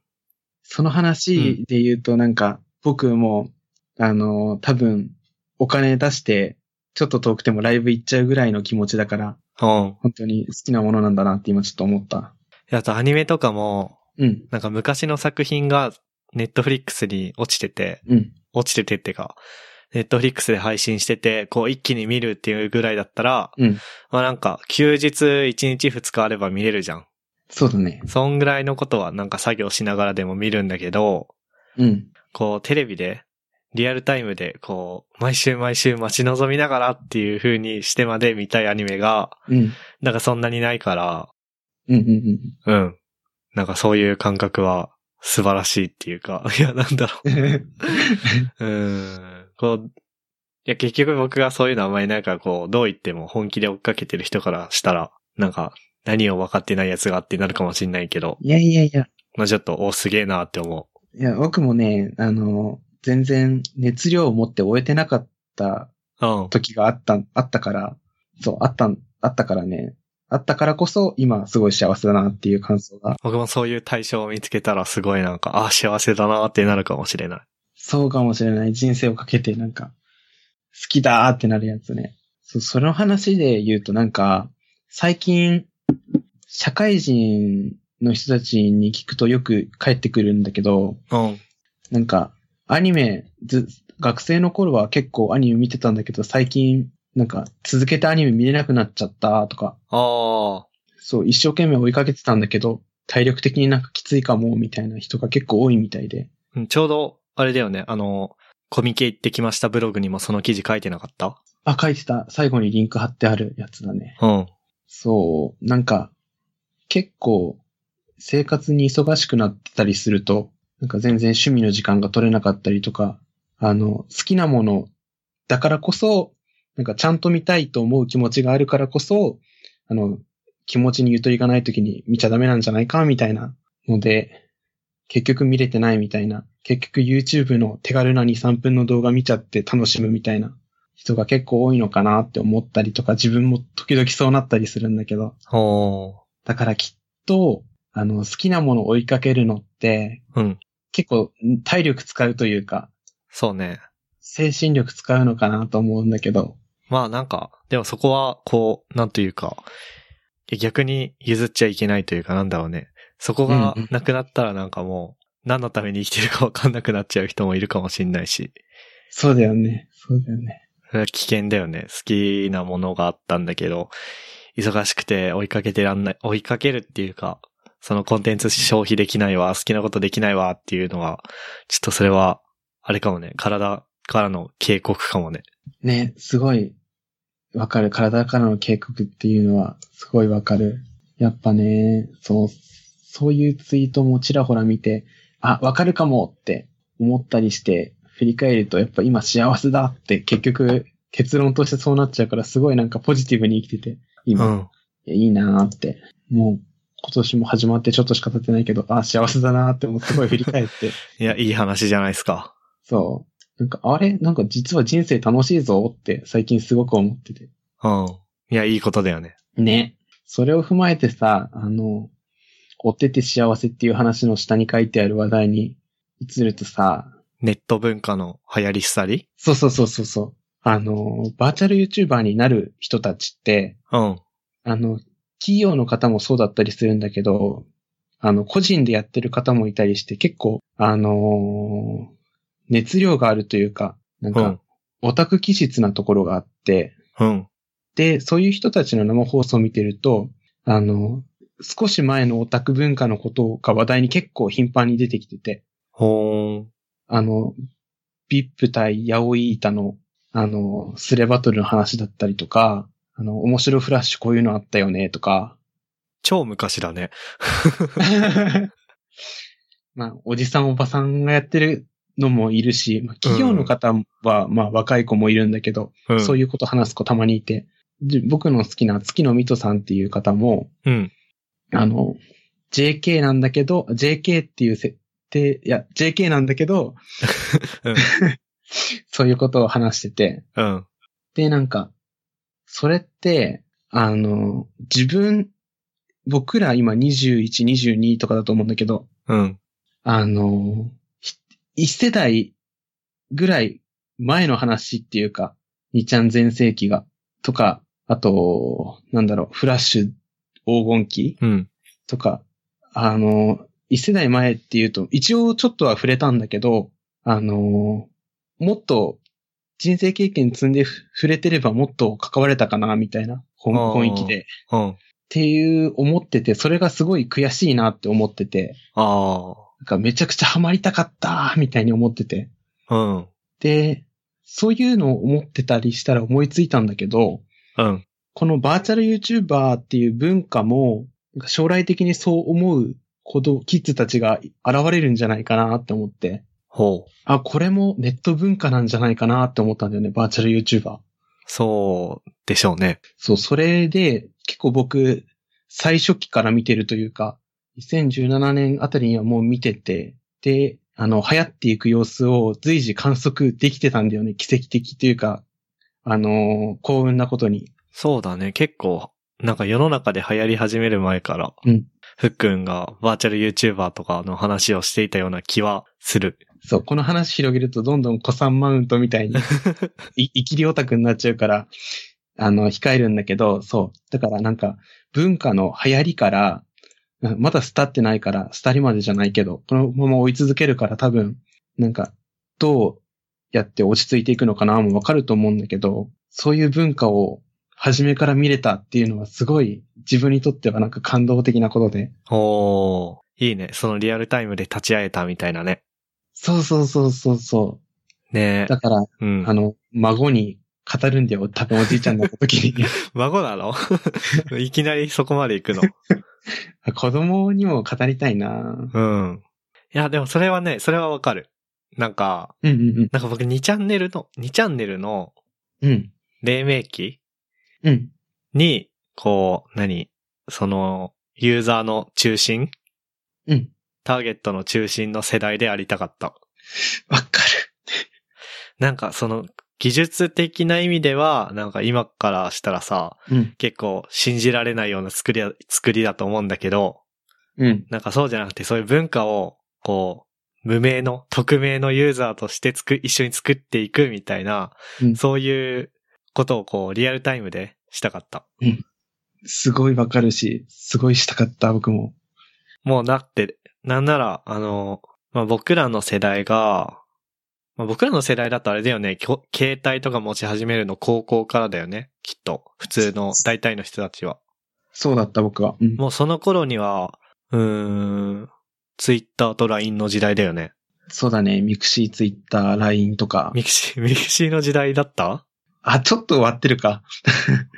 Speaker 2: その話で言うと、なんか、僕も、あのー、多分、お金出して、ちょっと遠くてもライブ行っちゃうぐらいの気持ちだから、
Speaker 1: うん。
Speaker 2: 本当に好きなものなんだなって今ちょっと思った。
Speaker 1: あとアニメとかも、
Speaker 2: うん。
Speaker 1: なんか昔の作品が、ネットフリックスに落ちてて、
Speaker 2: うん。
Speaker 1: 落ちててってか、ネットフリックスで配信してて、こう一気に見るっていうぐらいだったら、
Speaker 2: うん。
Speaker 1: まあなんか休日1日2日あれば見れるじゃん。
Speaker 2: そうだね。
Speaker 1: そんぐらいのことはなんか作業しながらでも見るんだけど、
Speaker 2: うん。
Speaker 1: こうテレビで、リアルタイムでこう、毎週毎週待ち望みながらっていう風にしてまで見たいアニメが、
Speaker 2: うん。
Speaker 1: なんかそんなにないから、
Speaker 2: うん。うん。うん。
Speaker 1: うん。なんかそういう感覚は素晴らしいっていうか、 いやなんだろう。 うーん。こう、いや、結局僕がそういうのあんまりなんかこう、どう言っても本気で追っかけてる人からしたら、なんか、何を分かってないやつがってなるかもしんないけど、
Speaker 2: いやいやいや。
Speaker 1: まあちょっと、お、すげえなって思
Speaker 2: いや、僕もね、あの、全然熱量を持って終えてなかった
Speaker 1: う。うん。
Speaker 2: 時があった、あったから、そう、あった、あったからね、あったからこそ今すごい幸せだなっていう感想が、
Speaker 1: 僕もそういう対象を見つけたらすごいなんか、あ、幸せだなってなるかもしれない。
Speaker 2: そうかもしれない人生をかけてなんか、好きだーってなるやつね。そう、その話で言うとなんか、最近、社会人の人たちに聞くとよく帰ってくるんだけど、
Speaker 1: うん。
Speaker 2: なんか、アニメ、ず、学生の頃は結構アニメ見てたんだけど、最近、なんか、続けてアニメ見れなくなっちゃったとか、
Speaker 1: ああ、
Speaker 2: そう、一生懸命追いかけてたんだけど、体力的になんかきついかも、みたいな人が結構多いみたいで。
Speaker 1: うんちょうど、あれだよね、あの、コミケ行ってきましたブログにもその記事書いてなかった
Speaker 2: あ、書いてた。最後にリンク貼ってあるやつだね。
Speaker 1: うん。
Speaker 2: そう、なんか、結構、生活に忙しくなってたりすると、なんか全然趣味の時間が取れなかったりとか、あの、好きなものだからこそ、なんかちゃんと見たいと思う気持ちがあるからこそ、あの、気持ちにゆとりがない時に見ちゃダメなんじゃないか、みたいなので、結局見れてないみたいな、結局 YouTube の手軽な2、3分の動画見ちゃって楽しむみたいな人が結構多いのかなって思ったりとか、自分も時々そうなったりするんだけど、
Speaker 1: お
Speaker 2: だからきっと、あの、好きなものを追いかけるのって、
Speaker 1: ー。うん。
Speaker 2: 結構ん体力使うというか、
Speaker 1: そうね。
Speaker 2: 精神力使うのかなと思うんだけど、
Speaker 1: まあなんか、でもそこは、こう、なんというか、逆に譲っちゃいけないというか、なんだろうね。そこが
Speaker 2: うんうん
Speaker 1: なくなったらなんかもう、何のために生きてるかわかんなくなっちゃう人もいるかもしんないし、
Speaker 2: そうだよね。そうだよね。
Speaker 1: それは 危険だよね。好きなものがあったんだけど、忙しくて追いかけてらんない、追いかけるっていうか、そのコンテンツ消費できないわ、好きなことできないわっていうのは、ちょっとそれは、あれかもね、体からの警告かもね。
Speaker 2: ね、すごい、わかる。体からの警告っていうのは、すごいわかる。やっぱね、そう、そういうツイートもちらほら見て、あ、わかるかもって思ったりして、振り返ると、やっぱ今幸せだって結局結論としてそうなっちゃうから、すごいなんかポジティブに生きてて、
Speaker 1: う
Speaker 2: 今。
Speaker 1: ん。
Speaker 2: いやいいなーって。もう、今年も始まってちょっとしか経ってないけど、あー、幸せだなーって、もうすごい振り 返って。
Speaker 1: いや、いい話じゃないですか。
Speaker 2: そう。なんか、あれなんか実は人生楽しいぞって最近すごく思ってて。
Speaker 1: うん。いや、いいことだよね。
Speaker 2: ね。それを踏まえてさ、あの、追ってて幸せっていう話の下に書いてある話題に移るとさ、
Speaker 1: ネット文化の流行り廃り
Speaker 2: そうそうそうそうそう。あの、バーチャル YouTuber になる人たちって、
Speaker 1: うん。
Speaker 2: あの、企業の方もそうだったりするんだけど、あの、個人でやってる方もいたりして、結構、あのー熱量があるというか、なん
Speaker 1: う
Speaker 2: か
Speaker 1: ん、。
Speaker 2: オタク気質なところがあって、
Speaker 1: うん。
Speaker 2: で、そういう人たちの生放送を見てると、あの、少し前のオタク文化のことが話題に結構頻繁に出てきてて、
Speaker 1: ほーん。
Speaker 2: あの、ビップ対ヤオイイタの、あの、スレバトルの話だったりとか、あの、面白フラッシュこういうのあったよね、とか、
Speaker 1: 超昔だね。
Speaker 2: まあ、おじさんおばさんがやってるのもいるし、まあ、企業の方は、まあ、若い子もいるんだけど、
Speaker 1: うん。
Speaker 2: そう
Speaker 1: い
Speaker 2: いうこと話す子たまにいて、で僕の好きな月野水戸さんっていう方も、
Speaker 1: う。うん。
Speaker 2: あの、JK なんだけど、JK っていう設定、いや、JK なんだけど、
Speaker 1: うん
Speaker 2: そういうことを話してて、
Speaker 1: うん。
Speaker 2: で、なんか、それって、あの、自分、僕ら今21、22とかだと思うんだけど、
Speaker 1: うん。
Speaker 2: あの、ひ一世代ぐらい前の話っていうか、二ちゃん全盛期が、とか、あと、なんだろう、フラッシュ黄金期
Speaker 1: うん。
Speaker 2: とか、あの、一世代前っていうと、一応ちょっとは触れたんだけど、あの、もっと人生経験積んでふ触れてればもっと関われたかな、みたいな、本
Speaker 1: あー
Speaker 2: 本意気で。っ
Speaker 1: うん。
Speaker 2: ていう思ってて、それがすごい悔しいなって思ってて。
Speaker 1: あ
Speaker 2: なんかめちゃくちゃハマりたかったみたいに思ってて。
Speaker 1: あ。うん。
Speaker 2: で、そういうのを思ってたりしたら思いついたんだけど、
Speaker 1: うん。
Speaker 2: このバーチャル YouTuber っていう文化も、なんか将来的にそう思う子供、キッズたちが現れるんじゃないかなって思って、
Speaker 1: ほう。
Speaker 2: あ、これもネット文化なんじゃないかなって思ったんだよね、バーチャル YouTuber。
Speaker 1: そうでしょうね。
Speaker 2: そう、それで結構僕、最初期から見てるというか、2017年あたりにはもう見てて、で、あの、流行っていく様子を随時観測できてたんだよね。奇跡的というか、あのー幸運なことに。
Speaker 1: そうだね。結構、なんか世の中で流行り始める前から、
Speaker 2: うん
Speaker 1: ふっくんがバーチャル YouTuber とかの話をしていたような気はする。
Speaker 2: そう、この話広げるとどんどん子さんマウントみたいに、い生きりオタクになっちゃうから、あの、控えるんだけど、そう。だからなんか、文化の流行りから、うんまだ廃ってないから、廃りまでじゃないけど、このまま追い続けるから多分、なんか、どうやって落ち着いていくのかなもわかると思うんだけど、そういう文化を初めから見れたっていうのはすごい自分にとってはなんか感動的なことで。
Speaker 1: おー、いいね。そのリアルタイムで立ち会えたみたいなね。
Speaker 2: そうそうそうそうそ
Speaker 1: ね
Speaker 2: う。だから、
Speaker 1: え。うん
Speaker 2: あ。の、孫に語るんだよ、多分おじいちゃんの時 に。
Speaker 1: 孫なの いきなりそこまで行くの。
Speaker 2: 子供にも語りたいな
Speaker 1: うん。いや、でもそれはね、それはわかる。なんか、
Speaker 2: うんうん
Speaker 1: なんか僕2チャンネルの、2チャンネルの
Speaker 2: うん。うん。
Speaker 1: 黎明期
Speaker 2: うん。
Speaker 1: に、こう、何その、ユーザーの中心
Speaker 2: うん。
Speaker 1: ターゲットの中心の世代でありたかった。
Speaker 2: わか
Speaker 1: なんかその、技術的な意味では、なんか今からしたらさ、
Speaker 2: る。うん。
Speaker 1: 結構信じられないような作りだ、作りだと思うんだけど、
Speaker 2: うん。
Speaker 1: なんかそうじゃなくて、そういう文化を、こう、無名の、匿名のユーザーとしてつく、一緒に作っていくみたいな、
Speaker 2: うん
Speaker 1: そういうことをこう、リアルタイムでしたかった。
Speaker 2: すごいわかるし、すごいしたかった、僕も。
Speaker 1: もうなって、なんなら、あの、まあ、僕らの世代が、まあ、僕らの世代だとあれだよね、きょ携帯とか持ち始めるの高校からだよね、きっと。普通の、大体の人たちは。
Speaker 2: そうだった、僕は。うん。
Speaker 1: もうその頃には、うーん、ツイッターと LINE の時代だよね。
Speaker 2: そうだね、ミクシー、ツイッター、LINE とか。
Speaker 1: ミクシー、 ミクシーの時代だった
Speaker 2: あ、ちょっと終わってるか。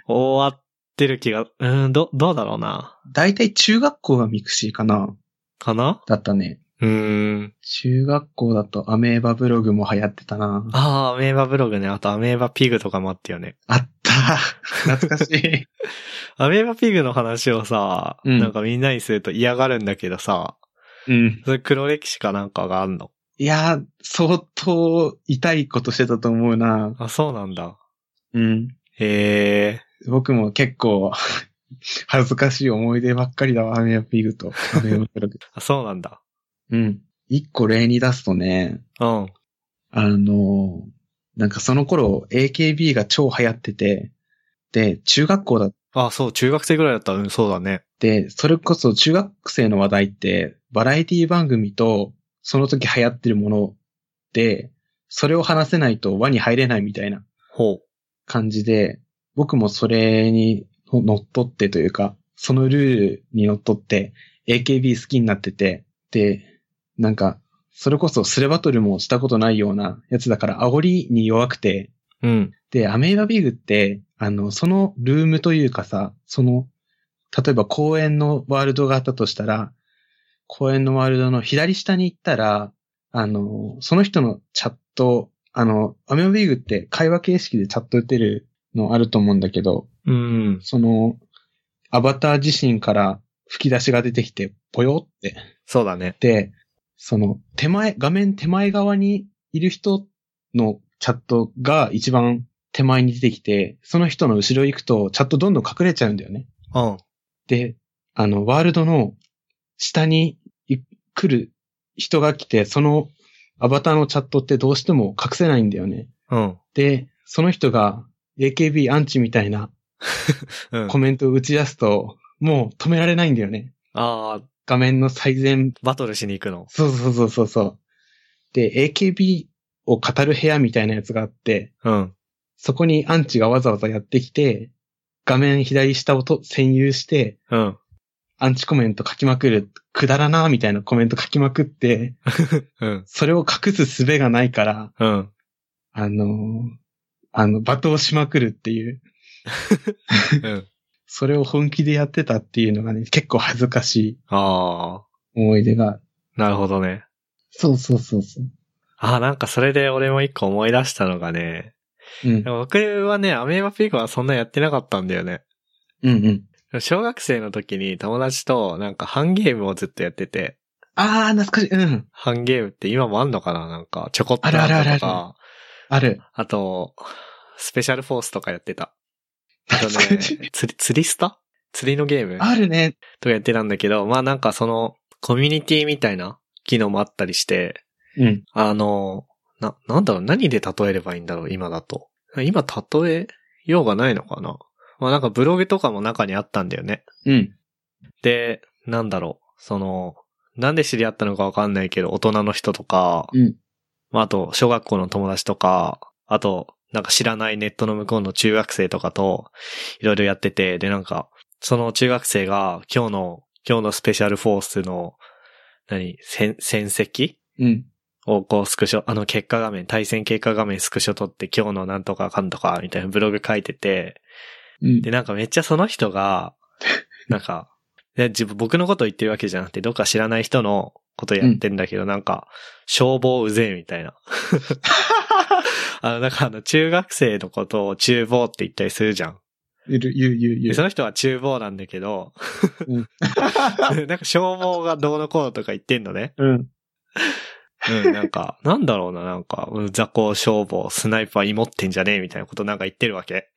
Speaker 1: 終わってる気が、うーん、ど、どうだろうな。
Speaker 2: だいたい中学校がミクシーかな
Speaker 1: かな
Speaker 2: だったね。
Speaker 1: うーん。
Speaker 2: 中学校だとアメーバブログも流行ってたなあ
Speaker 1: ああ、アメーバブログね。あとアメーバピグとかもあったよね。
Speaker 2: った。懐かし い。
Speaker 1: アメーバピグの話をさ、
Speaker 2: うん
Speaker 1: なんかみんなにすると嫌がるんだけどさ、
Speaker 2: うん。
Speaker 1: それ黒歴史かなんかがあんの。
Speaker 2: いやー、相当痛いことしてたと思うな
Speaker 1: あ、そうなんだ。
Speaker 2: うん。
Speaker 1: へえ。
Speaker 2: 僕も結構、 恥ずかしい思い出ばっかりだわ、アメーバピグと。アメーバブログ。
Speaker 1: あ、そうなんだ。
Speaker 2: うん。一個例に出すとね、
Speaker 1: うん。
Speaker 2: あのーなんかその頃 AKB が超流行ってて、で、中学校だっ
Speaker 1: あ、そう、中学生ぐらいだったら、うん、そうだね。
Speaker 2: て、それこそ中学生の話題って、バラエティ番組と、その時流行ってるもので、それを話せないと輪に入れないみたいな
Speaker 1: ほ
Speaker 2: 感じで、僕もそれに乗っ取ってというか、そのルールに乗っ取って、AKB 好きになってて、で、なんか、それこそスレバトルもしたことないようなやつだから、煽りに弱くて、
Speaker 1: う。うん。
Speaker 2: で、アメーバビーグって、あの、そのルームというかさ、その、例えば公園のワールドがあったとしたら、公園のワールドの左下に行ったら、あの、その人のチャット、あの、アメーバビーグって会話形式でチャット打てるのあると思うんだけど、
Speaker 1: うん。
Speaker 2: その、アバター自身から吹き出しが出てきて、ぽよって、
Speaker 1: そうだね。
Speaker 2: で、その、手前、画面手前側にいる人のチャットが一番手前に出てきて、その人の後ろ行くとチャットどんどん隠れちゃうんだよね。
Speaker 1: うん。
Speaker 2: で、あの、ワールドの下にい来る人が来て、そのアバターのチャットってどうしても隠せないんだよね。
Speaker 1: うん。
Speaker 2: で、その人が AKB アンチみたいな
Speaker 1: うん。
Speaker 2: コメントを打ち出すと、もう止められないんだよね。
Speaker 1: ああ、
Speaker 2: 画面の最前
Speaker 1: バトルしに行くの。
Speaker 2: そうそうそうそうそう。で、AKB を語る部屋みたいなやつがあって、
Speaker 1: うん。
Speaker 2: そこにアンチがわざわざやってきて、画面左下をと占有して、
Speaker 1: うん。
Speaker 2: アンチコメント書きまくる、くだらなーみたいなコメント書きまくって、
Speaker 1: うん。
Speaker 2: それを隠す術がないから、
Speaker 1: うん。
Speaker 2: あのーあの、罵倒しまくるっていう、
Speaker 1: うん。
Speaker 2: それを本気でやってたっていうのがね、結構恥ずかし
Speaker 1: ああ、
Speaker 2: い思い出が。
Speaker 1: なるほどね。
Speaker 2: そうそうそうそ
Speaker 1: ああ、なんかそれで俺も一個思い出したのがね、
Speaker 2: う。うん。
Speaker 1: 僕はね、アメーバピークはそんなやってなかったんだよね。
Speaker 2: うんうん。
Speaker 1: 小学生の時に友達となんかハンゲームをずっとやってて、
Speaker 2: あー、懐かしい。うん。
Speaker 1: ハンゲームって今もあんのかななんか、チョコット
Speaker 2: あるあるあ
Speaker 1: ラ
Speaker 2: るあ
Speaker 1: ートと
Speaker 2: る
Speaker 1: か、
Speaker 2: ある。
Speaker 1: あと、スペシャルフォースとかやってた。あ と
Speaker 2: 懐かしい
Speaker 1: ね、釣り、釣りスタ釣りのゲーム
Speaker 2: あるね。
Speaker 1: とかやってたんだけど、まあなんかその、コミュニティみたいな機能もあったりして、
Speaker 2: うん。
Speaker 1: あの、な、なんだろう、何で例えればいいんだろう、今だと。今、例えようがないのかな。まあなんかブログとかも中にあったんだよね。
Speaker 2: うん。
Speaker 1: で、なんだろう、その、なんで知り合ったのかわかんないけど、大人の人とか、
Speaker 2: うん
Speaker 1: まああと、小学校の友達とか、あと、なんか知らないネットの向こうの中学生とかと、いろいろやってて、で、なんか、その中学生が、今日の、今日のスペシャルフォースの、何、戦、戦績
Speaker 2: うん。
Speaker 1: をこうスクショ、あの結果画面、対戦結果画面スクショ撮って今日のなんとかかんとかみたいなブログ書いてて、
Speaker 2: うん
Speaker 1: で、。なんかめっちゃその人 が、なんか、で自分、僕のこと言ってるわけじゃなくて、どっか知らない人のことやってんだけど、なんか、消防うぜえみたい な。あの、なんかあの、中学生のことを厨房って言ったりするじゃん。
Speaker 2: ゆる、ゆる、ゆる、ゆ
Speaker 1: で、
Speaker 2: る
Speaker 1: その人は厨房なんだけど、
Speaker 2: うん
Speaker 1: なんか消防がどうのこうのとか言ってんのね。
Speaker 2: うん。
Speaker 1: うん、なんか、なんだろうな、なんか、うん雑魚消防、スナイパー芋ってんじゃねえみたいなことなんか言ってるわけ。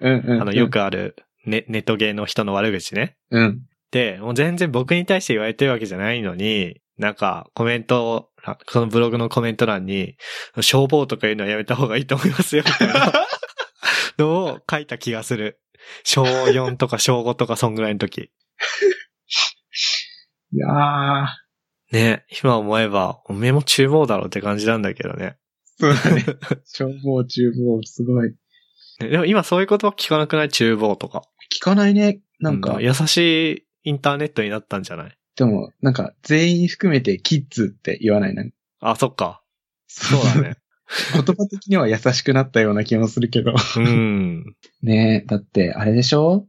Speaker 2: うん。うん。
Speaker 1: あの、よ。くある、ね、ネットゲーの人の悪口ね。
Speaker 2: うん。
Speaker 1: で、もう全然僕に対して言われてるわけじゃないのに、なんか、コメント欄、そのブログのコメント欄に、消防とか言うのはやめた方がいいと思いますよ、みたい なのを書いた気がする。小4とか小5とかそんぐらいの時。
Speaker 2: いやー。
Speaker 1: ね、今思えば、おめえも厨房だろって感じなんだけどね。
Speaker 2: そうだ ね。消防、厨房、すごい。
Speaker 1: ねでも今そういうことは聞かなくない厨房とか。
Speaker 2: 聞かないね。なんか、
Speaker 1: 優しいインターネットになったんじゃない
Speaker 2: でも、なんか、全員含めてキッズって言わないな。
Speaker 1: あ、そっか。
Speaker 2: そ
Speaker 1: そう だ。ね。
Speaker 2: 言葉的には優しくなったような気もするけど。
Speaker 1: うん。
Speaker 2: ねえ、だって、あれでしょ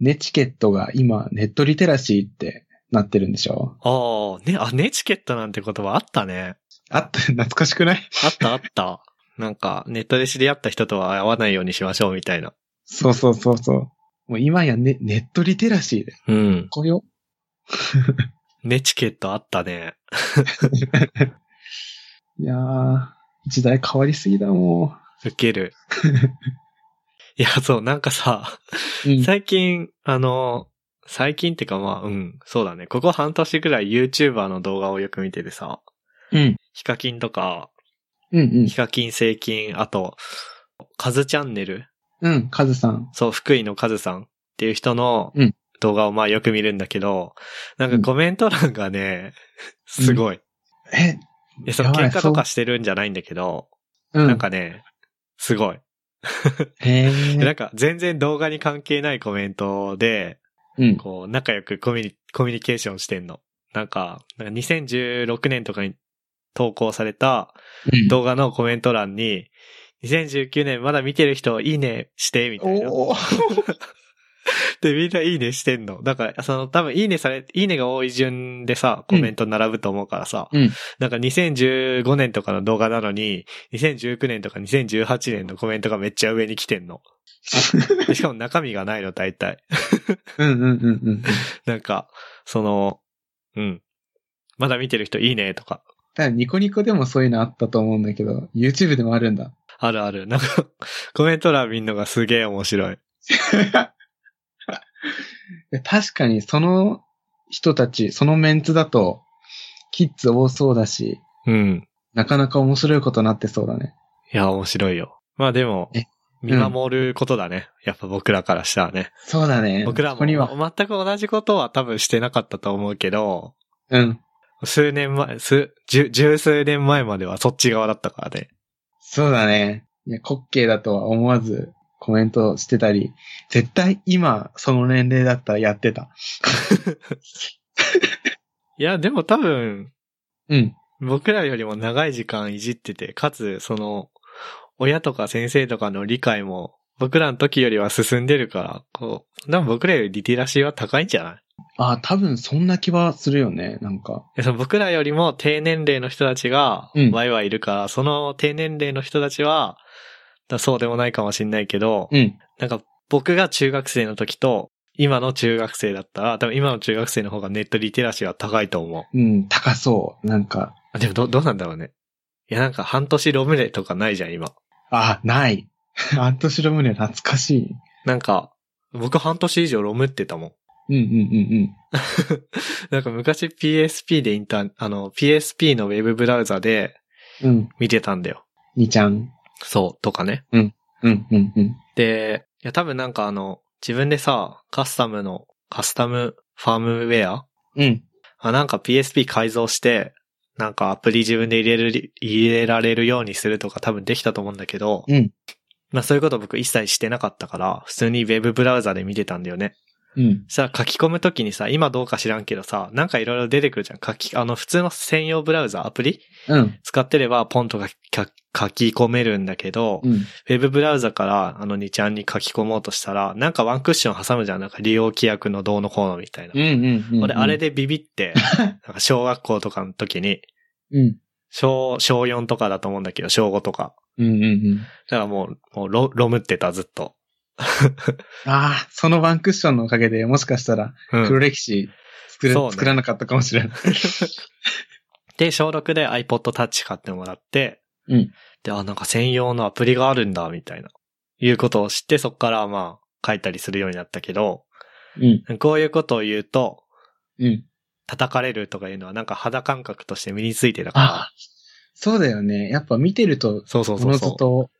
Speaker 2: ネチケットが今、ネットリテラシーってなってるんでしょ
Speaker 1: ああ、ね、あ、ネチケットなんて言葉あったね。
Speaker 2: あった、懐かしくない
Speaker 1: あったあった。なんか、ネットで知り合った人とは会わないようにしましょうみたいな。
Speaker 2: そうそうそうそう。もう今やね、ネットリテラシーで。
Speaker 1: うん。
Speaker 2: こうよ。
Speaker 1: ネチケットあったね。
Speaker 2: いやー、時代変わりすぎだも
Speaker 1: ウケ る。いや、そう、なんかさ、
Speaker 2: ん。うん。
Speaker 1: 最近、あの、最近ってかまあ、うん、そうだね。ここ半年ぐらい YouTuber の動画をよく見ててさ、
Speaker 2: うん。
Speaker 1: ヒカキンとか、
Speaker 2: うんうん
Speaker 1: ヒ。カキン、セイキン、あと、カズチャンネル
Speaker 2: うん、カズさん。
Speaker 1: そう、福井のカズさんっていう人の
Speaker 2: うん
Speaker 1: 動画をまあよく見るんだけど、なんかコメント欄がね、すごい。
Speaker 2: え、
Speaker 1: いや、その喧嘩とかしてるんじゃないんだけど、
Speaker 2: うん。
Speaker 1: なんかね、すごい。
Speaker 2: へ
Speaker 1: でな
Speaker 2: ー
Speaker 1: んか全然動画に関係ないコメントで、
Speaker 2: うん。
Speaker 1: こう、仲良くコミュニコミュニケーションしてんの。なんか、なんか2016年とかに投稿された
Speaker 2: うん
Speaker 1: 動画のコメント欄に、2019年まだ見てる人いいねして、みたいな。
Speaker 2: おー
Speaker 1: で、みんないいねしてんの。だから、その多分いいねされ、いいねが多い順でさ、コメント並ぶと思うからさ、
Speaker 2: うん。
Speaker 1: なんか2015年とかの動画なのに、2019年とか2018年のコメントがめっちゃ上に来てんの。でしかも中身がないの、大体。
Speaker 2: うんうんうんうん。だか
Speaker 1: なんか、その、うん。まだ見てる人いいね、とか。
Speaker 2: らニコニコでもそういうのあったと思うんだけど、YouTube でもあるんだ。
Speaker 1: あるある。なんか、 コメント欄見んのがすげえ面白い。
Speaker 2: 確かにその人たち、そのメンツだと、キッズ多そうだし、
Speaker 1: うん。
Speaker 2: なかなか面白いことになってそうだね。
Speaker 1: いや、面白いよ。まあでも
Speaker 2: え、
Speaker 1: 見守ることだね。やっぱ僕らからしたらね。
Speaker 2: そうだね。
Speaker 1: 僕ら
Speaker 2: こ
Speaker 1: も
Speaker 2: こには、
Speaker 1: 全く同じことは多分してなかったと思うけど、
Speaker 2: うん。
Speaker 1: 数年前、数、十、十数年前まではそっち側だったからね。
Speaker 2: そうだね。いや、滑稽だとは思わずコメントしてたり、絶対今、その年齢だったらやってた。
Speaker 1: いや、でも多分、
Speaker 2: うん。
Speaker 1: 僕らよりも長い時間いじってて、かつ、その、親とか先生とかの理解も、僕らの時よりは進んでるから、こう、でも僕らよりリテラシーは高いんじゃないい
Speaker 2: あ、多分そんな気はするよね、なんか。
Speaker 1: やその僕らよりも低年齢の人たちが
Speaker 2: うん、
Speaker 1: ワイワイいるから、その低年齢の人たちは、だそうでもないかもしんないけど、
Speaker 2: うん。
Speaker 1: なんか僕が中学生の時と、今の中学生だったら、多分今の中学生の方がネットリテラシーは高いと思う。
Speaker 2: うん、高そう。なんか、
Speaker 1: あ、でもど、どうなんだろうね。いや、なんか半年ロムレとかないじゃん、今。
Speaker 2: あ、ない。 アントシロムネ懐かし
Speaker 1: なんか、僕半年以上ロムってたもん。
Speaker 2: い。うんうんうんうん。
Speaker 1: なんか昔 PSP でインターン、あの、PSP のウェブブラウザで
Speaker 2: うん。
Speaker 1: 見てたんだよ。
Speaker 2: にちゃん。
Speaker 1: そう、とかね。
Speaker 2: うんうんうん。
Speaker 1: で、いや、多分なんかあの、自分でさ、カスタムの、カスタムファームウェア
Speaker 2: うん。
Speaker 1: あ、なんか PSP 改造して、なんかアプリ自分で入れるり、入れられるようにするとか多分できたと思うんだけど、
Speaker 2: うん
Speaker 1: まあそういうこと僕一切してなかったから、普通にウェブブラウザで見てたんだよね。
Speaker 2: うん。
Speaker 1: さ、書き込むときにさ、今どうか知らんけどさ、なんかいろいろ出てくるじゃん。書き、あの、普通の専用ブラウザ、アプリ
Speaker 2: うん。
Speaker 1: 使ってれば、ポンとかか書き込めるんだけど、
Speaker 2: うん。
Speaker 1: ウェブブラウザから、あの、2ちゃんに書き込もうとしたら、なんかワンクッション挟むじゃん。なんか利用規約のどうのこうのみたいな
Speaker 2: うん。。うん。うん。
Speaker 1: 俺、あれでビビ って、なんか小学校とかの時に、
Speaker 2: うん。
Speaker 1: 小、小4とかだと思うんだけど、小5とか。
Speaker 2: うん。うん。うん。
Speaker 1: だからもう、もうロ、ロムってた、ずっと。
Speaker 2: ああ、そのワンクッションのおかげで、もしかしたら、
Speaker 1: うん
Speaker 2: 黒歴史作れ、
Speaker 1: そうね
Speaker 2: 作らなかったかもしれない。
Speaker 1: で、小6で iPod Touch 買ってもらって、
Speaker 2: うん
Speaker 1: で、あ、なんか専用のアプリがあるんだ、みたいな、いうことを知って、そっからまあ、書いたりするようになったけど、
Speaker 2: うん。
Speaker 1: こういうことを言うと、
Speaker 2: うん。
Speaker 1: 叩かれるとかいうのはなんか肌感覚として身についてたから
Speaker 2: ああ、、そうだよね。やっぱ見てると、
Speaker 1: そうそう
Speaker 2: お
Speaker 1: そう
Speaker 2: の
Speaker 1: そ
Speaker 2: ずと、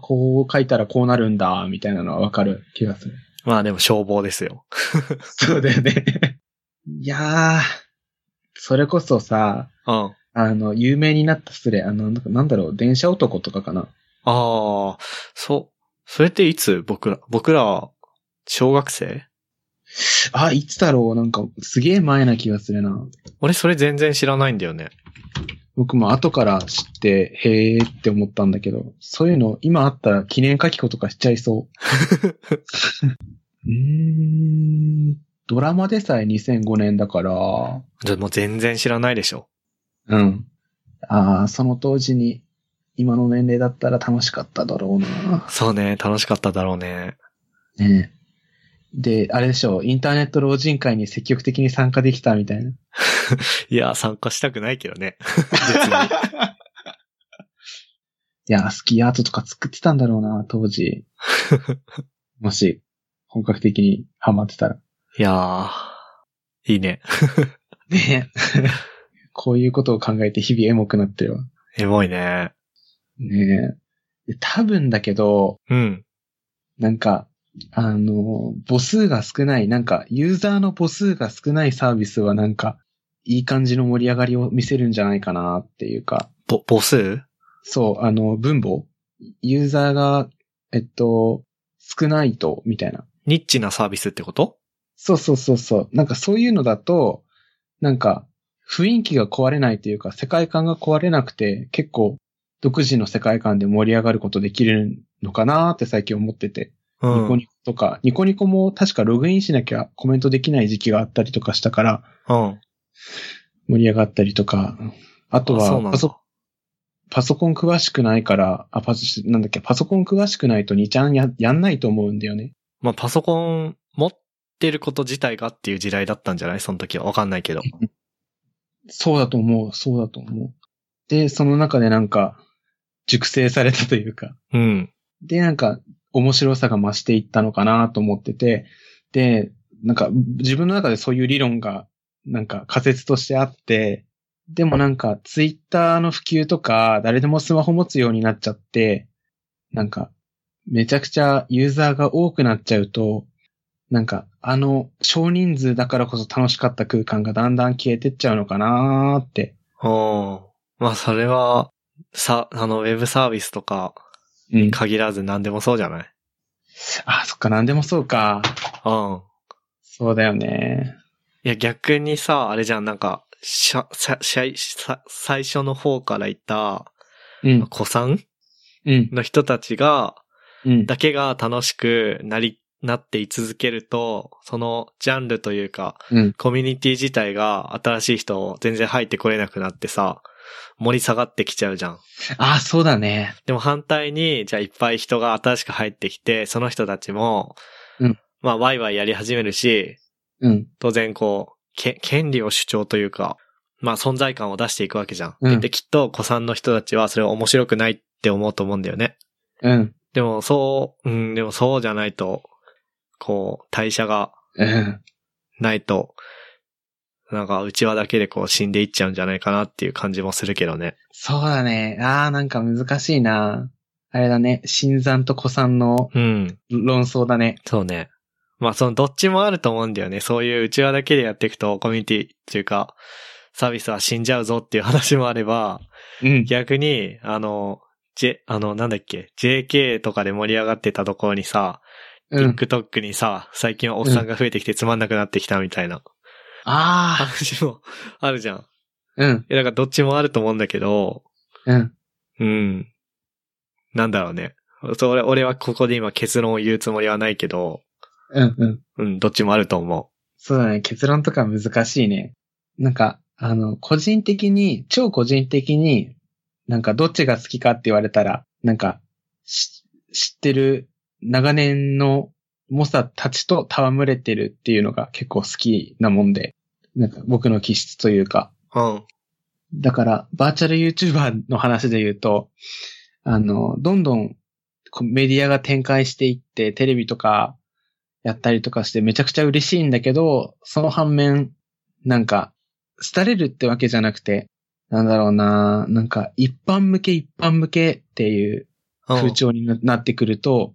Speaker 2: こう書いたらこうなるんだ、みたいなのはわかる気がする。
Speaker 1: う。まあでも消防ですよ。
Speaker 2: そうだよね。いやー、それこそさ、
Speaker 1: うん。あ
Speaker 2: あの、有名になったスレ、あの、なんかなんだろう、電車男とかかな。
Speaker 1: あ、そう。それっていつ僕ら、僕ら、小学生
Speaker 2: あ、いつだろう、なんか、すげえ前な気がするな。
Speaker 1: 俺それ全然知らないんだよね。
Speaker 2: 僕も後から知って、へーって思ったんだけど、そういうの今あったら記念書き子とかしちゃいそう。うーん、ドラマでさえ2005年だから、
Speaker 1: じゃあもう全然知らないでしょ。
Speaker 2: うん。ああ、その当時に、今の年齢だったら楽しかっただろうな。
Speaker 1: そうね、楽しかっただろうね。
Speaker 2: ねえで、あれでしょう、インターネット老人会に積極的に参加できたみたいな。
Speaker 1: いや、参加したくないけどね。別 に。
Speaker 2: いや、スキーアートとか作ってたんだろうな、当時。もし、本格的にハマってたら。
Speaker 1: いやー、いいね。
Speaker 2: ねえこういうことを考えて日々エモくなってるわ。
Speaker 1: エモいね。
Speaker 2: ねえ。で多分だけど、
Speaker 1: うん。
Speaker 2: なんか、あの、母数が少ない、なんか、ユーザーの母数が少ないサービスはなんか、いい感じの盛り上がりを見せるんじゃないかなっていうか、
Speaker 1: ぼ、母数
Speaker 2: そう、あの、分母ユーザーが、えっと、少ないと、みたいな。
Speaker 1: ニッチなサービスってこと
Speaker 2: そうそうそうそう。なんかそういうのだと、なんか、雰囲気が壊れないというか、世界観が壊れなくて、結構、独自の世界観で盛り上がることできるのかなって最近思ってて。
Speaker 1: う
Speaker 2: ニコ
Speaker 1: ん。
Speaker 2: ニコとか、ニコニコも確かログインしなきゃコメントできない時期があったりとかしたから、
Speaker 1: うん。
Speaker 2: 盛り上がったりとか、あと
Speaker 1: あそう
Speaker 2: は
Speaker 1: なんだ
Speaker 2: パソ、パソコン詳しくないから、あ、パソ、なんだっけ、パソコン詳しくないと2ちゃんや、やんないと思うんだよね。
Speaker 1: まあ、パソコン持ってること自体がっていう時代だったんじゃないその時は。わかんないけど。
Speaker 2: そうだと思う、そうだと思う。で、その中でなんか、熟成されたというか、
Speaker 1: うん。
Speaker 2: で、なんか、面白さが増していったのかなと思ってて、で、なんか、自分の中でそういう理論が、なんか仮説としてあって、でもなんか、ツイッターの普及とか、誰でもスマホ持つようになっちゃって、なんか、めちゃくちゃユーザーが多くなっちゃうと、なんか、あの、少人数だからこそ楽しかった空間がだんだん消えてっちゃうのかなーって。
Speaker 1: おーまあ、それは、さ、あの、ウェブサービスとか、
Speaker 2: うん。
Speaker 1: 限らず何でもそうじゃない
Speaker 2: あ、そっか、なんでもそうか。
Speaker 1: うん。
Speaker 2: そうだよね。
Speaker 1: いや、逆にさ、あれじゃん、なんか、しゃ、さ、しゃい、さ、最初の方からいた、
Speaker 2: うん、
Speaker 1: 子さん
Speaker 2: うん、
Speaker 1: の人たちが、
Speaker 2: うん。
Speaker 1: だけが楽しくなり、なってい続けると、そのジャンルというか、
Speaker 2: うん
Speaker 1: コミュニティ自体が新しい人を全然入ってこれなくなってさ、盛り下がってきちゃうじゃん。
Speaker 2: あ、そうだね。
Speaker 1: でも反対に、じゃあいっぱい人が新しく入ってきて、その人たちも、
Speaker 2: うん
Speaker 1: まあワイワイやり始めるし、
Speaker 2: うん。
Speaker 1: 当然こう、け権利を主張というか、まあ存在感を出していくわけじゃん。
Speaker 2: うん
Speaker 1: で、きっと子さんの人たちはそれを面白くないって思うと思うんだよね。
Speaker 2: うん。
Speaker 1: でも、そう、うん、でもそうじゃないと、こう、代謝が
Speaker 2: うん。
Speaker 1: ないと、なんか、うちわだけでこう死んでいっちゃうんじゃないかなっていう感じもするけどね。
Speaker 2: そうだね。あー、なんか難しいな。あれだね。新山と古参の
Speaker 1: うん。
Speaker 2: 論争だね。
Speaker 1: そうね。まあ、その、どっちもあると思うんだよね。そういううちわだけでやっていくと、コミュニティっていうか、サービスは死んじゃうぞっていう話もあれば、
Speaker 2: うん。
Speaker 1: 逆に、あの、 J、あの、なんだっけ、JK とかで盛り上がってたところにさ、
Speaker 2: うん。
Speaker 1: TikTok にさ、最近はおっさんが増えてきてつまんなくなってきたみたいな
Speaker 2: ああ、
Speaker 1: 話も あるじゃん。
Speaker 2: うん、
Speaker 1: え、だからどっちもあると思うんだけど、
Speaker 2: うん。
Speaker 1: うん。なんだろうね。それ、俺はここで今結論を言うつもりはないけど、
Speaker 2: うん、うん。
Speaker 1: うん、どっちもあると思
Speaker 2: そうだね。結論とか難しいね。なんか、あの、個人的に、超個人的に、なんかどっちが好きかって言われたら、なんか、し知ってる長年の猛者たちと戯れてるっていうのが結構好きなもんで、なんか僕の気質というか。
Speaker 1: う。うん。
Speaker 2: だから、バーチャル YouTuber の話で言うと、あの、どんどんこうメディアが展開していって、テレビとかやったりとかしてめちゃくちゃ嬉しいんだけど、その反面、なんか、廃れるってわけじゃなくて、なんだろうななんか、一般向け一般向けっていう
Speaker 1: うん
Speaker 2: 風潮にななってくると、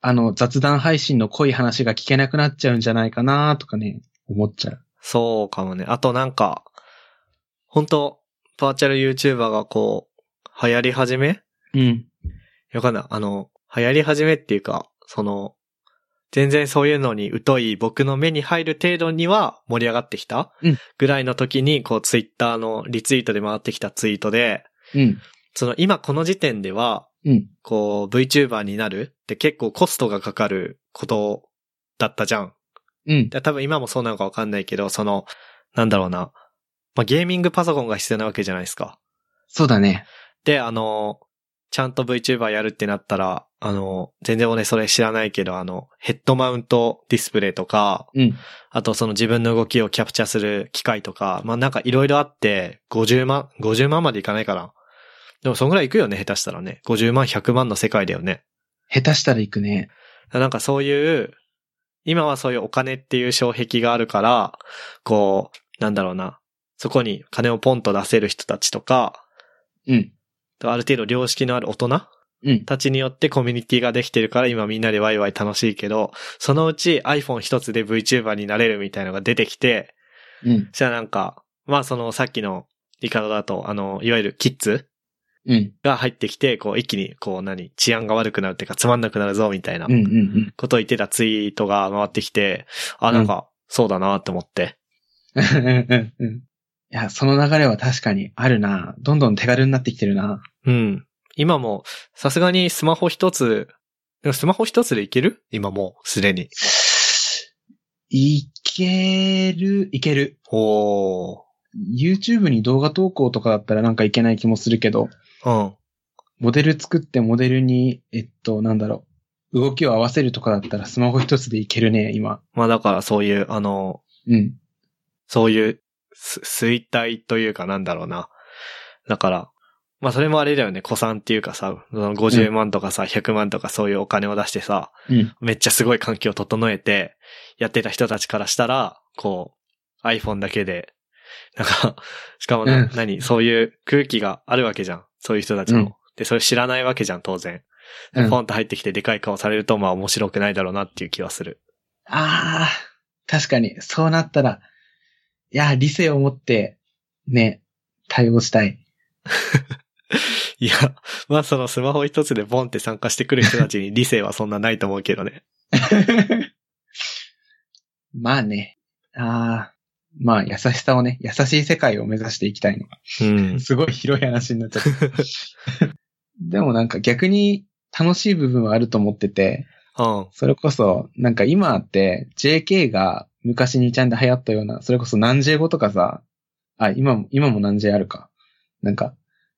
Speaker 2: あの、雑談配信の濃い話が聞けなくなっちゃうんじゃないかなとかね、思っちゃう。
Speaker 1: そうかもね。あとなんか、本当バーチャル YouTuber がこう、流行り始め
Speaker 2: うん。
Speaker 1: わかんない。あの、流行り始めっていうか、その、全然そういうのに疎い僕の目に入る程度には盛り上がってきた
Speaker 2: うん
Speaker 1: ぐらいの時に、こう、ツイッターのリツイートで回ってきたツイートで、
Speaker 2: うん。
Speaker 1: その今この時点では、
Speaker 2: うん。
Speaker 1: こう、VTuber になるって結構コストがかかることだったじゃん。
Speaker 2: うん。
Speaker 1: で多分今もそうなのかわかんないけど、その、なんだろうな。まあ、ゲーミングパソコンが必要なわけじゃないですか。
Speaker 2: そうだね。
Speaker 1: で、あの、ちゃんと VTuber やるってなったら、あの、全然俺それ知らないけど、あの、ヘッドマウントディスプレイとか、
Speaker 2: うん。
Speaker 1: あとその自分の動きをキャプチャーする機械とか、まあなんかいろいろあって、50万、50万までいかないかな。でもそんぐらいいくよね、下手したらね。50万、100万の世界だよね。
Speaker 2: 下手したら行くね。
Speaker 1: なんかそういう、今はそういうお金っていう障壁があるから、こう、なんだろうな。そこに金をポンと出せる人たちとか、
Speaker 2: うん。
Speaker 1: ある程度良識のある大人
Speaker 2: うん。
Speaker 1: たちによってコミュニティができてるから今みんなでワイワイ楽しいけど、そのうち iPhone 一つで VTuber になれるみたいなのが出てきて、
Speaker 2: うん。
Speaker 1: そしたらなんか、まあそのさっきのイカロだと、あの、いわゆるキッズ
Speaker 2: うん。
Speaker 1: が入ってきて、こう一気にこう何、治安が悪くなるっていうかつまんなくなるぞみたいな
Speaker 2: うん。うん。うん。
Speaker 1: ことを言ってたツイートが回ってきて、あ、なんか、そうだなって思って。
Speaker 2: うん。 いや、その流れは確かにあるな。どんどん手軽になってきてるな。
Speaker 1: うん。今も、さすがにスマホ一つ、でもスマホ一つでいける今もう、すでに。
Speaker 2: いける、いける。
Speaker 1: おー。
Speaker 2: YouTube に動画投稿とかだったらなんかいけない気もするけど、
Speaker 1: うん。
Speaker 2: モデル作ってモデルに、えっと、なんだろう。動きを合わせるとかだったらスマホ一つでいけるね、今。
Speaker 1: まあだからそういう、あの、
Speaker 2: うん。
Speaker 1: そういう、す衰退というかなんだろうな。だから、まあそれもあれだよね、古参っていうかさ、その50万とかさ、100万とかそういうお金を出してさ、
Speaker 2: うん。
Speaker 1: めっちゃすごい環境を整えて、やってた人たちからしたら、こう、iPhone だけで、なんか、 しかもな、
Speaker 2: うん
Speaker 1: 何、そういう空気があるわけじゃん。そういう人たちも。
Speaker 2: うん
Speaker 1: で、それ知らないわけじゃん、当然。
Speaker 2: うん
Speaker 1: ポンと入ってきてでかい顔されると、まあ面白くないだろうなっていう気はする。
Speaker 2: ああ、確かに、そうなったら、いや、理性を持って、ね、対応したい。
Speaker 1: いや、 まあそのスマホ一つでボンって参加してくる人たち に理性はそんなないと思うけどね。
Speaker 2: まあね。ああ。まあ、優しさをね、優しい世界を目指していきたいね。
Speaker 1: うん。
Speaker 2: すごい広い話になっちゃった。でもなんか逆に楽しい部分はあると思ってて、
Speaker 1: うん。
Speaker 2: それこそ、なんか今って JK が昔にちゃんで流行ったような、それこそ何 J 語とかさ、あ、今も、今も何 J あるか。なんか、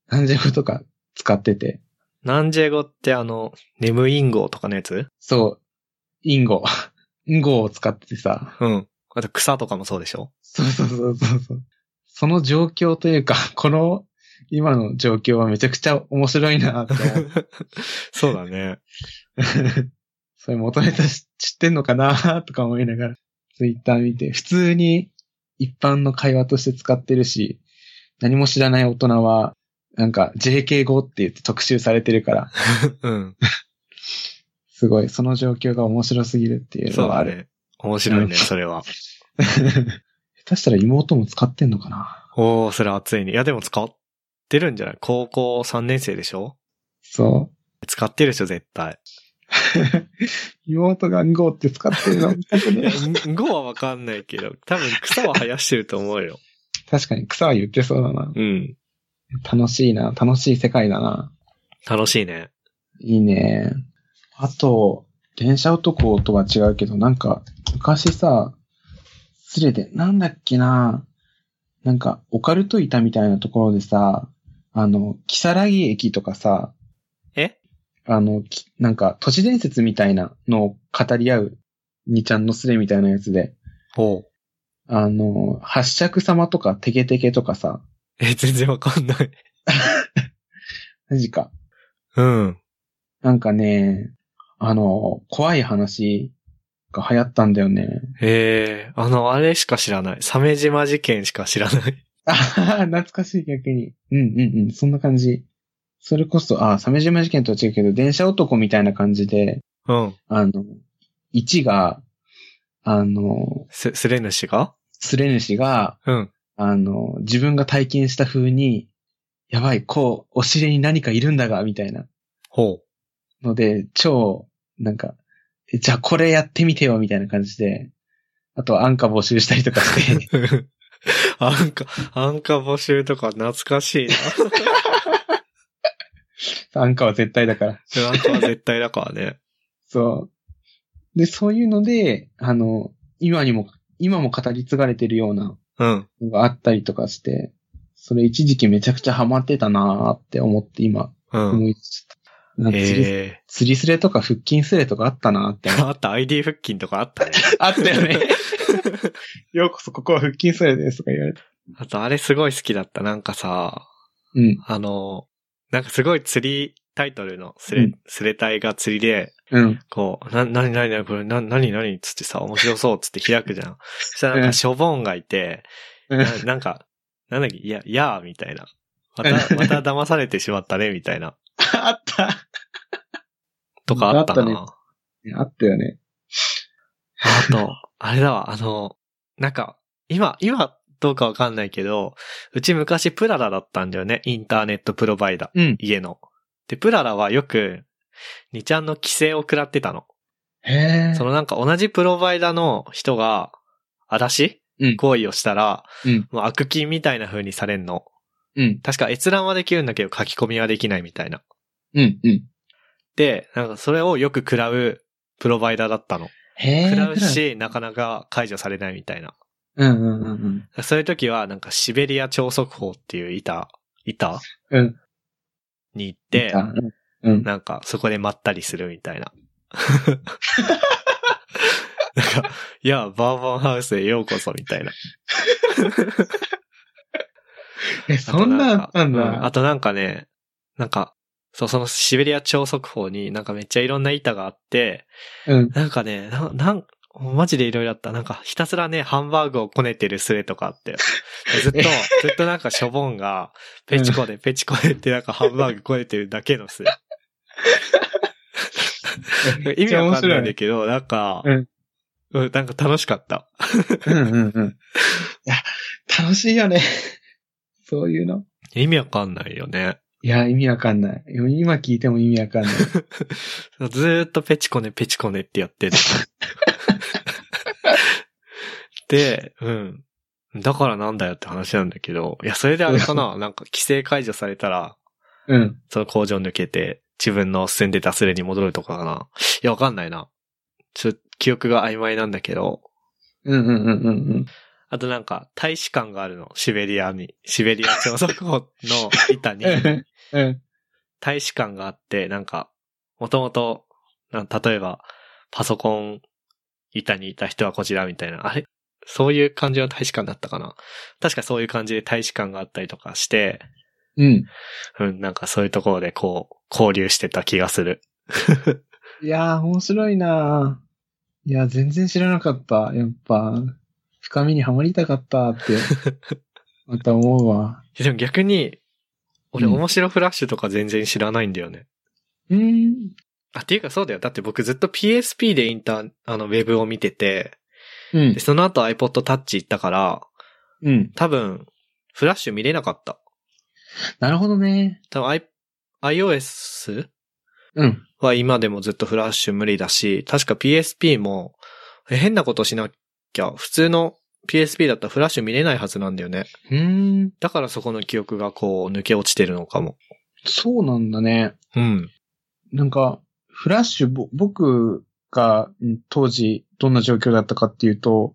Speaker 2: 何 J 語とか使ってて、
Speaker 1: ナンジェ語ってあの、ネムインゴとかのやつ
Speaker 2: そう、インゴ、 インゴを使っててさ、
Speaker 1: うん。あと草とかもそうでし ょ
Speaker 2: そうそうそうそうそう。その状況というか、この今の状況はめちゃくちゃ面白いなって思う
Speaker 1: そうだね。
Speaker 2: それ元ネタ知知ってんのかなとか思いながら、ツイッター見て、普通に一般の会話として使ってるし、何も知らない大人は、なんか JK 語って言って特集されてるから、
Speaker 1: うん。
Speaker 2: すごい、その状況が面白すぎるっていう
Speaker 1: そ
Speaker 2: の
Speaker 1: う
Speaker 2: はあ
Speaker 1: だ
Speaker 2: る。
Speaker 1: ね。面白いね、
Speaker 2: うん
Speaker 1: それは。
Speaker 2: 下手したら妹も使ってんのかな
Speaker 1: おー、それ熱いね。いや、でも使ってるんじゃない高校3年生でしょ
Speaker 2: そ
Speaker 1: 使ってるでしょ、絶対。
Speaker 2: う。妹がンゴって使ってるの見たく
Speaker 1: いや、
Speaker 2: ねえ。
Speaker 1: 5はわかんないけど、多分草は生やしてると思うよ。
Speaker 2: 確かに草は言ってそうだな。
Speaker 1: うん。
Speaker 2: 楽しいな。楽しい世界だな。
Speaker 1: 楽しいね。
Speaker 2: いいね。あと、電車男とは違うけど、なんか、昔さ、すれて、なんだっけな。なんか、オカルト板みたいなところでさ、あの、木更木駅とかさ、
Speaker 1: え
Speaker 2: あの、きなんか、都市伝説みたいなのを語り合う、にちゃんのスレみたいなやつで、
Speaker 1: ほう。
Speaker 2: あの、八尺様とか、テケテケとかさ、
Speaker 1: え、全然わかんない。
Speaker 2: マジか。
Speaker 1: うん。
Speaker 2: なんかね、あの、怖い話が流行ったんだよね。
Speaker 1: ええあの、あれしか知らない。鮫島事件しか知らない。
Speaker 2: あはは懐かしい逆に。うんうんうん、そんな感じ。それこそ、あ、鮫島事件とは違うけど、電車男みたいな感じで、
Speaker 1: うん。
Speaker 2: あの、1が、あの、
Speaker 1: す、すれ主が
Speaker 2: すれ主が、
Speaker 1: うん。
Speaker 2: あの、自分が体験した風に、やばい、こう、お尻に何かいるんだが、みたいな。
Speaker 1: ほ
Speaker 2: ので、超、なんか、えじゃあこれやってみてよ、みたいな感じで、あとは安価募集したりとかして、
Speaker 1: う。 安価、安価募集とか懐かしい
Speaker 2: 安価は絶対だから。
Speaker 1: な。安価は絶対だからね。
Speaker 2: そう。で、そういうので、あの、今にも、今も語り継がれてるような
Speaker 1: うん。
Speaker 2: のがあったりとかして、それ一時期めちゃくちゃハマってたなーって思って今、
Speaker 1: うん。
Speaker 2: 思いつつ、なんか釣り、
Speaker 1: え
Speaker 2: 釣りスレとか腹筋スレとかあったなーって
Speaker 1: え あった、ID 腹筋とかあったね。
Speaker 2: あったよね。 ようこそここは腹筋スレですとか言われた。
Speaker 1: あと、あれすごい好きだった。なんかさ、
Speaker 2: うん。
Speaker 1: あの、なんかすごい釣りタイトルのスレ、
Speaker 2: うん
Speaker 1: スレ隊が釣りで、
Speaker 2: うん。
Speaker 1: こう、な、なになになにこれ、な、なになにつってさ、面白そうつって開くじゃ ん。そしたらなん
Speaker 2: う
Speaker 1: か
Speaker 2: ん
Speaker 1: ショボンがいて、
Speaker 2: うん
Speaker 1: ななんか、なんだっけ、いや、やーみたいな。また、また騙されてしまったね、みたいな。
Speaker 2: あった。
Speaker 1: とかあったな。
Speaker 2: あったねあったよね。
Speaker 1: あと、あれだわ、あの、なんか、今、今、どうかわかんないけど、うち昔プララだったんだよね。インターネットプロバイダー。
Speaker 2: うん。
Speaker 1: 家の。で、プララはよく、2ちゃんの規制を食らってたの。
Speaker 2: へえ。
Speaker 1: そのなんか同じプロバイダーの人が、荒らし
Speaker 2: うん
Speaker 1: 行為をしたら、
Speaker 2: うん
Speaker 1: もう悪金みたいな風にされんの。
Speaker 2: うん。
Speaker 1: 確か閲覧はできるんだけど書き込みはできないみたいな。
Speaker 2: うん。うん。
Speaker 1: で、なんかそれをよく食らうプロバイダーだったの。
Speaker 2: へえ。
Speaker 1: 食らうし、なかなか解除されないみたいな。
Speaker 2: うんうんうんうん。
Speaker 1: そういう時は、なんかシベリア超速報っていう板、板
Speaker 2: うん。
Speaker 1: に行って、
Speaker 2: あうん。
Speaker 1: なんか、そこでまったりするみたいな。 なんか、いや、バーボンハウスへようこそみたいな。
Speaker 2: え、そんなんあったん
Speaker 1: うあ
Speaker 2: だ。
Speaker 1: となんかね、なんか、そう、そのシベリア超速報になんかめっちゃいろんな板があって、
Speaker 2: うん。
Speaker 1: なんかね、ななん、マジでいろいろあった。なんか、ひたすらね、ハンバーグをこねてるスレとかあって。ずっと、ずっとなんか、ショボンが、ペチコで、ペチコでってなんか、ハンバーグこねてるだけのスレ。 意味わかんないんだけど、なんか、
Speaker 2: うん
Speaker 1: うん、なんか楽しかった。
Speaker 2: うんうん うん。いや、楽しいよね。そういうの。
Speaker 1: 意味わかんないよね。
Speaker 2: いや、意味わかんない。今聞いても意味わかんない。
Speaker 1: ずーっとペチコネペチコネってやってる。で、うん。だからなんだよって話なんだけど、いや、それであれかな、なんか規制解除されたら、
Speaker 2: うん。
Speaker 1: その工場抜けて、自分の住んでたスレに戻るとかかな。いや、わかんないな。ちょっと記憶が曖昧なんだけど、
Speaker 2: うんうんうんうん
Speaker 1: あとなんか、大使館があるの、シベリアに。シベリア朝速報の板 に
Speaker 2: う、ん。うん。
Speaker 1: 大使館があって、なんか、もともと、なん例えば、パソコン板にいた人はこちらみたいな、あれそういう感じの大使館だったかな確かそういう感じで大使館があったりとかして、
Speaker 2: うん。
Speaker 1: うん、なんかそういうところでこう、交流してた気がする。
Speaker 2: いやー、面白いなーいや、全然知らなかった。やっぱ、深みにはまりたかっ たって、また思うわ。
Speaker 1: でも逆に、俺
Speaker 2: うん
Speaker 1: 面白フラッシュとか全然知らないんだよね。
Speaker 2: うん。
Speaker 1: あ、っていうかそうだよ。だって僕ずっと PSP でインターン、あの、ウェブを見てて、
Speaker 2: うん
Speaker 1: で、。その後 iPod Touch 行ったから、
Speaker 2: うん。
Speaker 1: 多分、フラッシュ見れなかった。
Speaker 2: なるほどね。
Speaker 1: 多分 i、 iOS
Speaker 2: うん。
Speaker 1: は今でもずっとフラッシュ無理だし、確か PSP もえ変なことしなきゃ、普通の PSP だったらフラッシュ見れないはずなんだよね。
Speaker 2: うーん。
Speaker 1: だからそこの記憶がこう抜け落ちてるのかも。
Speaker 2: そうなんだね。
Speaker 1: うん。
Speaker 2: なんか、フラッシュ、ぼ僕がうん当時どんな状況だったかっていうと、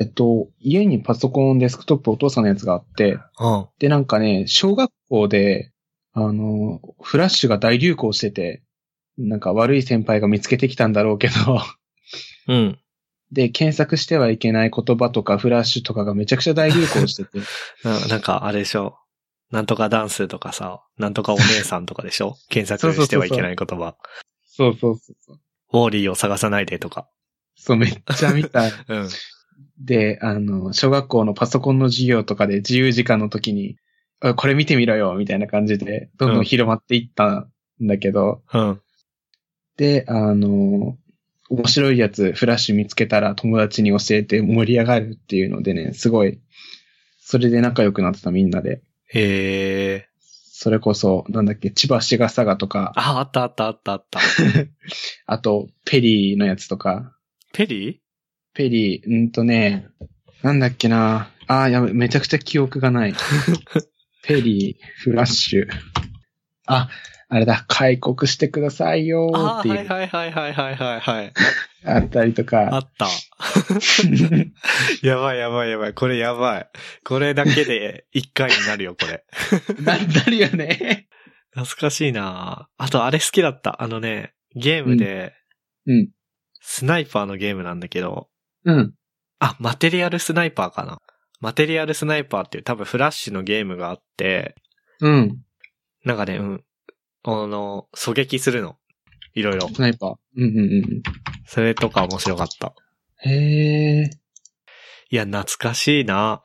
Speaker 2: えっと、家にパソコン、デスクトップ、お父さんのやつがあって、
Speaker 1: うん。
Speaker 2: で、なんかね、小学校で、あの、フラッシュが大流行してて、なんか悪い先輩が見つけてきたんだろうけど、
Speaker 1: うん。
Speaker 2: で、検索してはいけない言葉とかフラッシュとかがめちゃくちゃ大流行してて、
Speaker 1: ななんかあれでしょ。なんとかダンスとかさ、なんとかお姉さんとかでし ょ検索してはいけない言葉。
Speaker 2: そうそうそうそう。
Speaker 1: ウォーリーを探さないでとか。
Speaker 2: そう、めっちゃ見た。
Speaker 1: うん。
Speaker 2: で、あの、小学校のパソコンの授業とかで自由時間の時に、あこれ見てみろよ、みたいな感じで、どんどん広まっていったんだけど、
Speaker 1: うん。
Speaker 2: で、あの、面白いやつ、フラッシュ見つけたら友達に教えて盛り上がるっていうのでね、すごい、それで仲良くなってたみんなで。
Speaker 1: へえ。
Speaker 2: それこそ、なんだっけ、千葉シガサガとか、 あ
Speaker 1: あ、あったあったあったあ った。
Speaker 2: と、ペリーのやつとか、
Speaker 1: ペリー
Speaker 2: ペリー、うんとね、なんだっけな。あーやべ、めちゃくちゃ記憶 がない。ペリー、フラッシュ。あ、あれだ、開国してくださいよー
Speaker 1: あ
Speaker 2: っ
Speaker 1: あ
Speaker 2: て
Speaker 1: ー、
Speaker 2: い、
Speaker 1: はいうはいはいはいはいはいはい。
Speaker 2: あったりと
Speaker 1: あ
Speaker 2: か。
Speaker 1: った。やばいやばいやばい。これやばい。これだけで1回になるよ、これ。
Speaker 2: な、なるよね。
Speaker 1: 懐かしいなあと、あれ好きだった。あのね、ゲームで、
Speaker 2: うん。
Speaker 1: スナイパーのゲームなんだけど、
Speaker 2: うん。
Speaker 1: あ、マテリアルスナイパーかな。マテリアルスナイパーっていう多分フラッシュのゲームがあって、
Speaker 2: うん。
Speaker 1: なんかね、うん。あの、狙撃するの。いろいろ。
Speaker 2: スナイパー。うんうん
Speaker 1: それとか面白かった。
Speaker 2: うん。へえ。
Speaker 1: いや、懐かしいな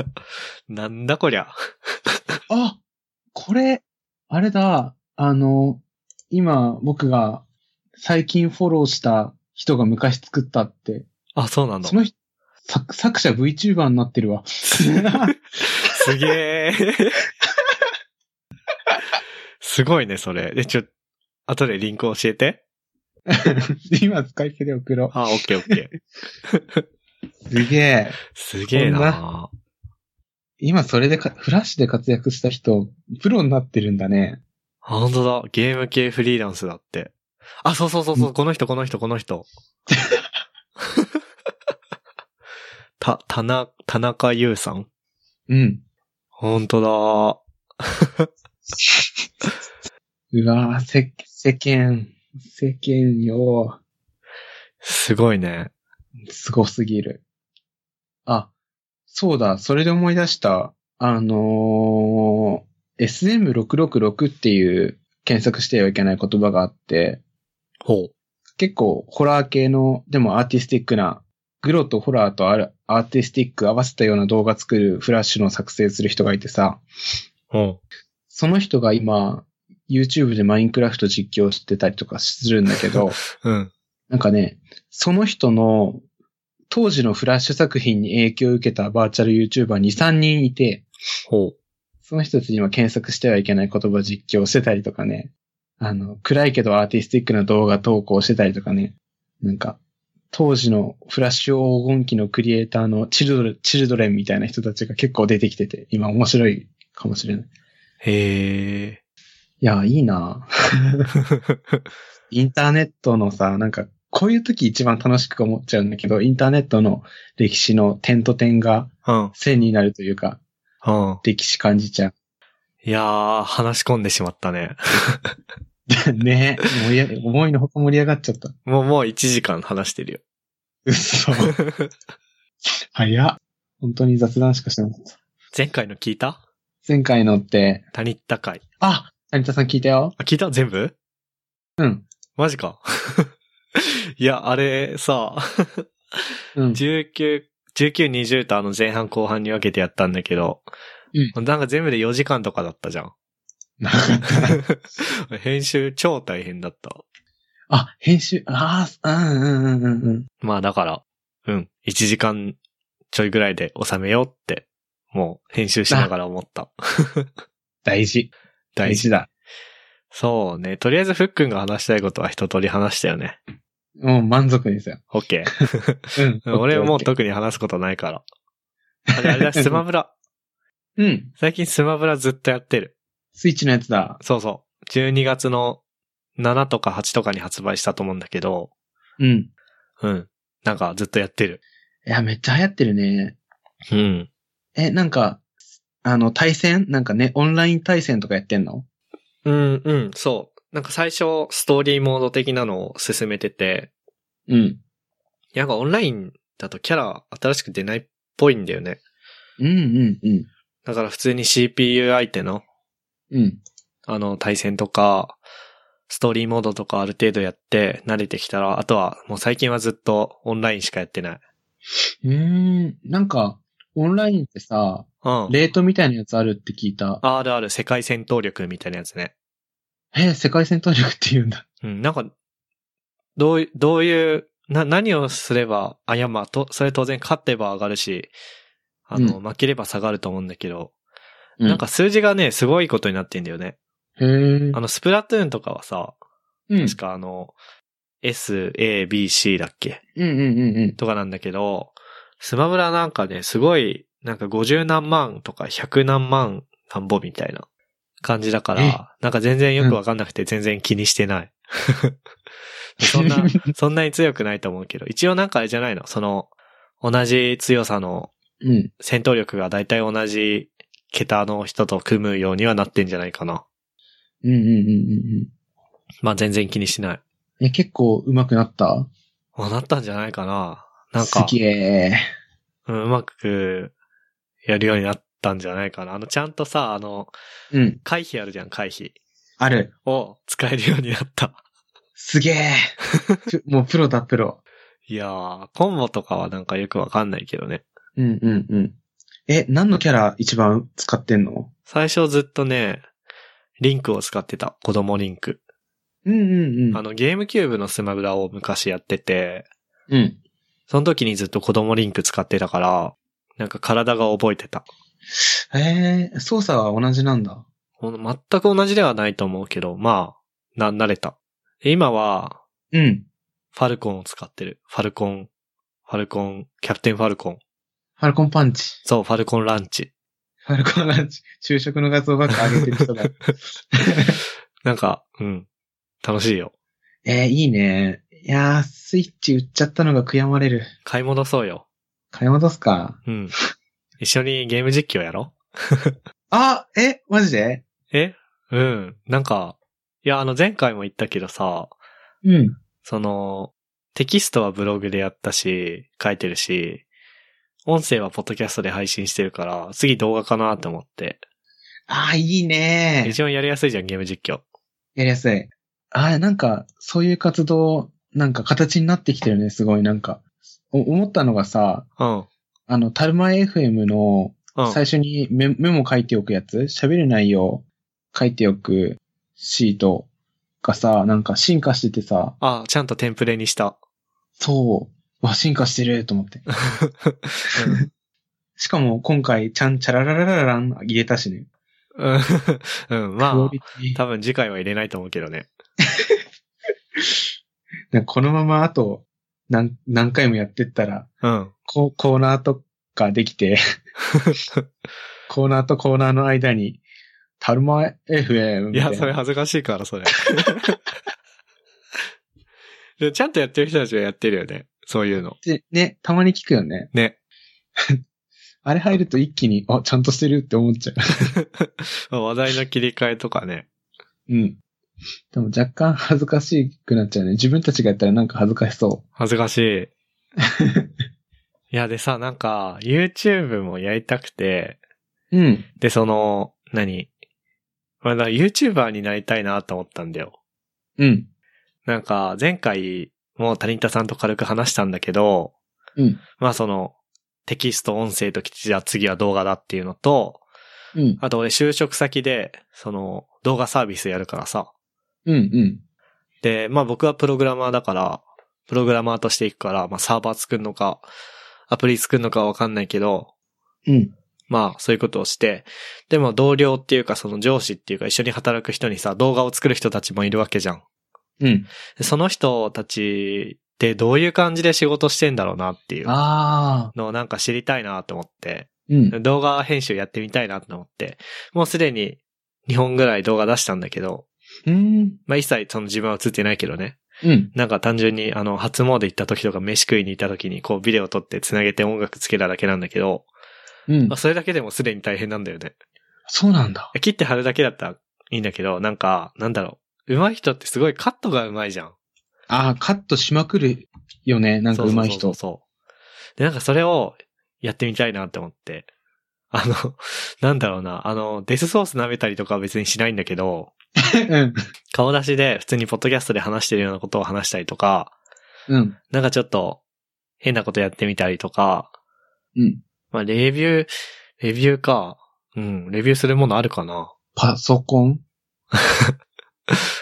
Speaker 1: なんだこりゃ。
Speaker 2: あ、これ、あれだ、あの、今僕が最近フォローした人が昔作ったって
Speaker 1: あ、そうなの
Speaker 2: そ。の人、作作者 VTuber になってる わ。
Speaker 1: すげえ。すごいね、それ。え、ちょ、後でリンク教えて。
Speaker 2: 今使い手で送ろう。
Speaker 1: あ、オッケーオッケー。
Speaker 2: すげえ。
Speaker 1: すげえ
Speaker 2: そ
Speaker 1: な
Speaker 2: 今それでか、フラッシュで活躍した人、プロになってるんだね。
Speaker 1: あ、本当だ。ゲーム系フリーランスだって。あ、そうそうそうそう、
Speaker 2: う
Speaker 1: この人、この人、この人。 た、田中、田中優さん
Speaker 2: うん。
Speaker 1: 本当
Speaker 2: うわぁ、せ、世間、世間よ
Speaker 1: だ。すごいね。
Speaker 2: すごすぎる。あ、そうだ、それで思い出した。あのー、SM666 っていう検索してはいけない言葉があって、
Speaker 1: ほう。
Speaker 2: 結構ホラー系の、でもアーティスティックな、グロとホラーとあるアーティスティック合わせたような動画作るフラッシュの作成する人がいてさ、
Speaker 1: うん。
Speaker 2: その人が今、YouTube でマインクラフト実況してたりとかするんだけど、
Speaker 1: うん。
Speaker 2: なんかね、その人の当時のフラッシュ作品に影響を受けたバーチャル YouTuber 2、3人いて、
Speaker 1: ほ
Speaker 2: その人たちには検索してはいけない言葉実況してたりとかね、あの、暗いけどアーティスティックな動画投稿してたりとかね、なんか、当時のフラッシュ黄金期のクリエイターのチルドレチルドレンみたいな人たちが結構出てきてて、今面白いかもしれない。
Speaker 1: う。へえ。
Speaker 2: いや、いいなぁインターネットのさ、なんか、こういう時一番楽しく思っちゃうんだけど、インターネットの歴史の点と点が
Speaker 1: うん。
Speaker 2: 線になるというか、
Speaker 1: うん。
Speaker 2: 歴史感じちゃ
Speaker 1: いやー、話し込んでしまったね。
Speaker 2: う。 ね盛り上思いのほか盛り上がっちゃった。
Speaker 1: もう、もう1時間話してるよ。
Speaker 2: 嘘。早っ。本当に雑談しかしてなかった。
Speaker 1: 前回の聞いた
Speaker 2: 前回のって、
Speaker 1: 谷田会。
Speaker 2: あ谷田さん聞いたよ
Speaker 1: あ、聞いた全部
Speaker 2: うん。
Speaker 1: マジか。 いや、あれさ、
Speaker 2: うん。
Speaker 1: 19、19、20とあの前半後半に分けてやったんだけど、なんか全部で4時間とかだったじゃん。
Speaker 2: なかった。
Speaker 1: 編集超大変だった。
Speaker 2: あ、編集、ああ、うんうんうんうんうん。
Speaker 1: まあだから、うん、1時間ちょいぐらいで収めようって、もう編集しながら思った。
Speaker 2: 大事。
Speaker 1: 大事。
Speaker 2: だ。
Speaker 1: そうね。とりあえず、ふっくんが話したいことは一通り話したよね。
Speaker 2: もう満足ですよ。
Speaker 1: OK。
Speaker 2: う ん。
Speaker 1: 俺はもう
Speaker 2: OK
Speaker 1: 特に話すことないから。あれ、あれだ、スマブラ。
Speaker 2: OK うん。
Speaker 1: 最近スマブラずっとやってる。
Speaker 2: スイッチのやつだ。
Speaker 1: そうそう。12月の7とか8とかに発売したと思うんだけど、
Speaker 2: うん。い
Speaker 1: うん。なんかずっとやってる。
Speaker 2: や、めっちゃ流行ってるね。
Speaker 1: うん。
Speaker 2: え、なんか、あの、対戦なんかね、オンライン対戦とかやってんの
Speaker 1: うん、うん、そう。なんか最初、ストーリーモード的なのを進めてて、
Speaker 2: うん。
Speaker 1: いやなんかオンラインだとキャラ新しく出ないっぽいんだよね。
Speaker 2: うんうんうん。
Speaker 1: だから普通に CPU 相手の、
Speaker 2: うん。
Speaker 1: あの、対戦とか、ストーリーモードとかある程度やって慣れてきたら、あとはもう最近はずっとオンラインしかやってない。
Speaker 2: うーん。なんか、オンラインってさ、
Speaker 1: うん。
Speaker 2: レートみたいなやつあるって聞いた。
Speaker 1: RR 世界戦闘力みたいなやつね。
Speaker 2: え、世界戦闘力って言うんだ。
Speaker 1: うん、なんか、どうい、どういう、な、何をすれば、あ、いや、まあ、と、それ当然勝ってば上がるし、あの、
Speaker 2: う
Speaker 1: 負ければ下がると思うんだけど、
Speaker 2: う
Speaker 1: なんか、数字がね、すごいことになってんだよね。
Speaker 2: へえ。
Speaker 1: あの、スプラトゥーンとかはさ、
Speaker 2: うん。
Speaker 1: 確かあの、S, A, B, C だっけ
Speaker 2: うんうんうんうん。
Speaker 1: とかなんだけど、スマブラなんかね、すごい、なんか50何万とか100何万なんぼみたいな感じだか
Speaker 2: え
Speaker 1: ら、なんか全然よくわかんなくて全然気にしてない。 そんな、そんなに強くないと思うけど、一応なんかあれじゃないのその、同じ強さの
Speaker 2: うん。
Speaker 1: 戦闘力が大体同じ桁の人と組むようにはなってんじゃないかな。
Speaker 2: うんうんうんうんうん。
Speaker 1: まあ全然気にしない。
Speaker 2: え、結構上手くなった
Speaker 1: まあなったんじゃないかな。なん
Speaker 2: す
Speaker 1: か、
Speaker 2: げえ。
Speaker 1: うんうまくやるようになったんじゃないかな。あの、ちゃんとさ、あの、
Speaker 2: うん。
Speaker 1: 回避あるじゃん、回避。
Speaker 2: ある。
Speaker 1: を使えるようになった。
Speaker 2: すげえ。プもうプロだ、プロ。
Speaker 1: いやー、コンボとかはなんかよくわかんないけどね。
Speaker 2: うんうんうん。え、何のキャラ一番使ってんの
Speaker 1: 最初ずっとね、リンクを使ってた。子供リンク。
Speaker 2: うんうんうん。
Speaker 1: あの、ゲームキューブのスマブラを昔やってて、
Speaker 2: うん。
Speaker 1: その時にずっと子供リンク使ってたから、なんか体が覚えてた。
Speaker 2: えー、操作は同じなんだ。
Speaker 1: ほん全く同じではないと思うけど、まあ、な、慣れた。で今は、
Speaker 2: うん。
Speaker 1: ファルコンを使ってる。ファルコン、ファルコン、キャプテンファルコン。
Speaker 2: ファルコンパンチ。
Speaker 1: そう、ファルコンランチ。
Speaker 2: ファルコンランチ。昼食の画像ばっか上げてる人だ。
Speaker 1: なんか、うん。楽しいよ。
Speaker 2: えー、いいね。いやー、スイッチ売っちゃったのが悔やまれる。
Speaker 1: 買い戻そうよ。
Speaker 2: 買い戻すか。
Speaker 1: うん。一緒にゲーム実況やろ
Speaker 2: あ、え、マジで
Speaker 1: えうん。なんか、いや、あの、前回も言ったけどさ、
Speaker 2: うん。
Speaker 1: その、テキストはブログでやったし、書いてるし、音声はポッドキャストで配信してるから、次動画かなと思って。
Speaker 2: あー、いいね
Speaker 1: 一番やりやすいじゃん、ゲーム実況。
Speaker 2: やりやすい。あー、なんか、そういう活動、なんか形になってきてるね、すごい、なんか。お思ったのがさ、
Speaker 1: う
Speaker 2: あの、タルマ FM の
Speaker 1: ん。うん。
Speaker 2: 最初にメメモ書いておくやつ、喋る内容書いておくシートがさ、なんか進化しててさ、
Speaker 1: あ、ちゃんとテンプレにした。
Speaker 2: そう、わ、進化してると思 って。
Speaker 1: うん
Speaker 2: しかも今回、ちゃんチャラララララン入れたしね。
Speaker 1: うん。 うん。
Speaker 2: ク
Speaker 1: ま
Speaker 2: オ
Speaker 1: あ
Speaker 2: リ、ティ
Speaker 1: 多分次回は入れないと思うけどね。
Speaker 2: なんかこのままあと何何回もやってったら、
Speaker 1: うん。
Speaker 2: こうコーナーとかでき て、コーナーとコーナーの間に、タルマ FM
Speaker 1: い
Speaker 2: みたいな。
Speaker 1: や、それ恥ずかしいから、それ。 でもちゃんとやってる人たちはやってるよね。そういうの。
Speaker 2: でね、たまに聞くよね。
Speaker 1: ね。
Speaker 2: あれ入ると一気に、あ、ちゃんとしてるって思っちゃう。
Speaker 1: 話題の切り替えとかね。
Speaker 2: うん。でも若干恥ずかしくなっちゃうね。自分たちがやったらなんか恥ずかしそ
Speaker 1: 恥ずかし い。いや、でさ、なんか、YouTube もやりたくて、
Speaker 2: う。うん。
Speaker 1: で、その、何まあ、だから YouTuber になりたいなと思ったんだよ。
Speaker 2: うん。
Speaker 1: なんか、前回もタリンタさんと軽く話したんだけど、
Speaker 2: うん。
Speaker 1: まあその、テキスト、音声ときて、じゃあ次は動画だっていうのと、
Speaker 2: うん。
Speaker 1: あと俺就職先で、その、動画サービスやるからさ。
Speaker 2: うん。うん。
Speaker 1: で、まあ僕はプログラマーだから、プログラマーとしていくから、まあサーバー作るのか、アプリ作るのかわかんないけど、
Speaker 2: うん。
Speaker 1: まあ、そういうことをして、でも同僚っていうか、その上司っていうか、一緒に働く人にさ、動画を作る人たちもいるわけじゃん。
Speaker 2: うん。
Speaker 1: でその人たちってどういう感じで仕事してんだろうなっていう
Speaker 2: ああ。
Speaker 1: のをなんか知りたいなと思って、
Speaker 2: うん。
Speaker 1: 動画編集やってみたいなと思って、もうすでに2本ぐらい動画出したんだけど、
Speaker 2: うん。
Speaker 1: まあ一切その自分は映ってないけどね。
Speaker 2: うん。
Speaker 1: なんか単純にあの、初詣行った時とか飯食いに行った時にこうビデオ撮って繋げて音楽つけただけなんだけど、
Speaker 2: うん
Speaker 1: まあ。それだけでもすでに大変なんだよね。
Speaker 2: そうなんだ。
Speaker 1: 切って貼るだけだったらいいんだけど、なんか、なんだろう。上手い人ってすごいカットが上手いじゃん。
Speaker 2: ああ、カットしまくるよね。なんか上手
Speaker 1: そう
Speaker 2: い
Speaker 1: そう
Speaker 2: 人。
Speaker 1: そうそう。で、なんかそれをやってみたいなって思って。あの、 なんだろうな。あの、デスソース舐めたりとかは別にしないんだけど、
Speaker 2: うん。
Speaker 1: 顔出しで普通にポッドキャストで話してるようなことを話したりとか、
Speaker 2: うん。
Speaker 1: なんかちょっと変なことやってみたりとか、
Speaker 2: うん。
Speaker 1: まあ、レビュー、レビューか。うん、レビューするものあるかな。
Speaker 2: パソコン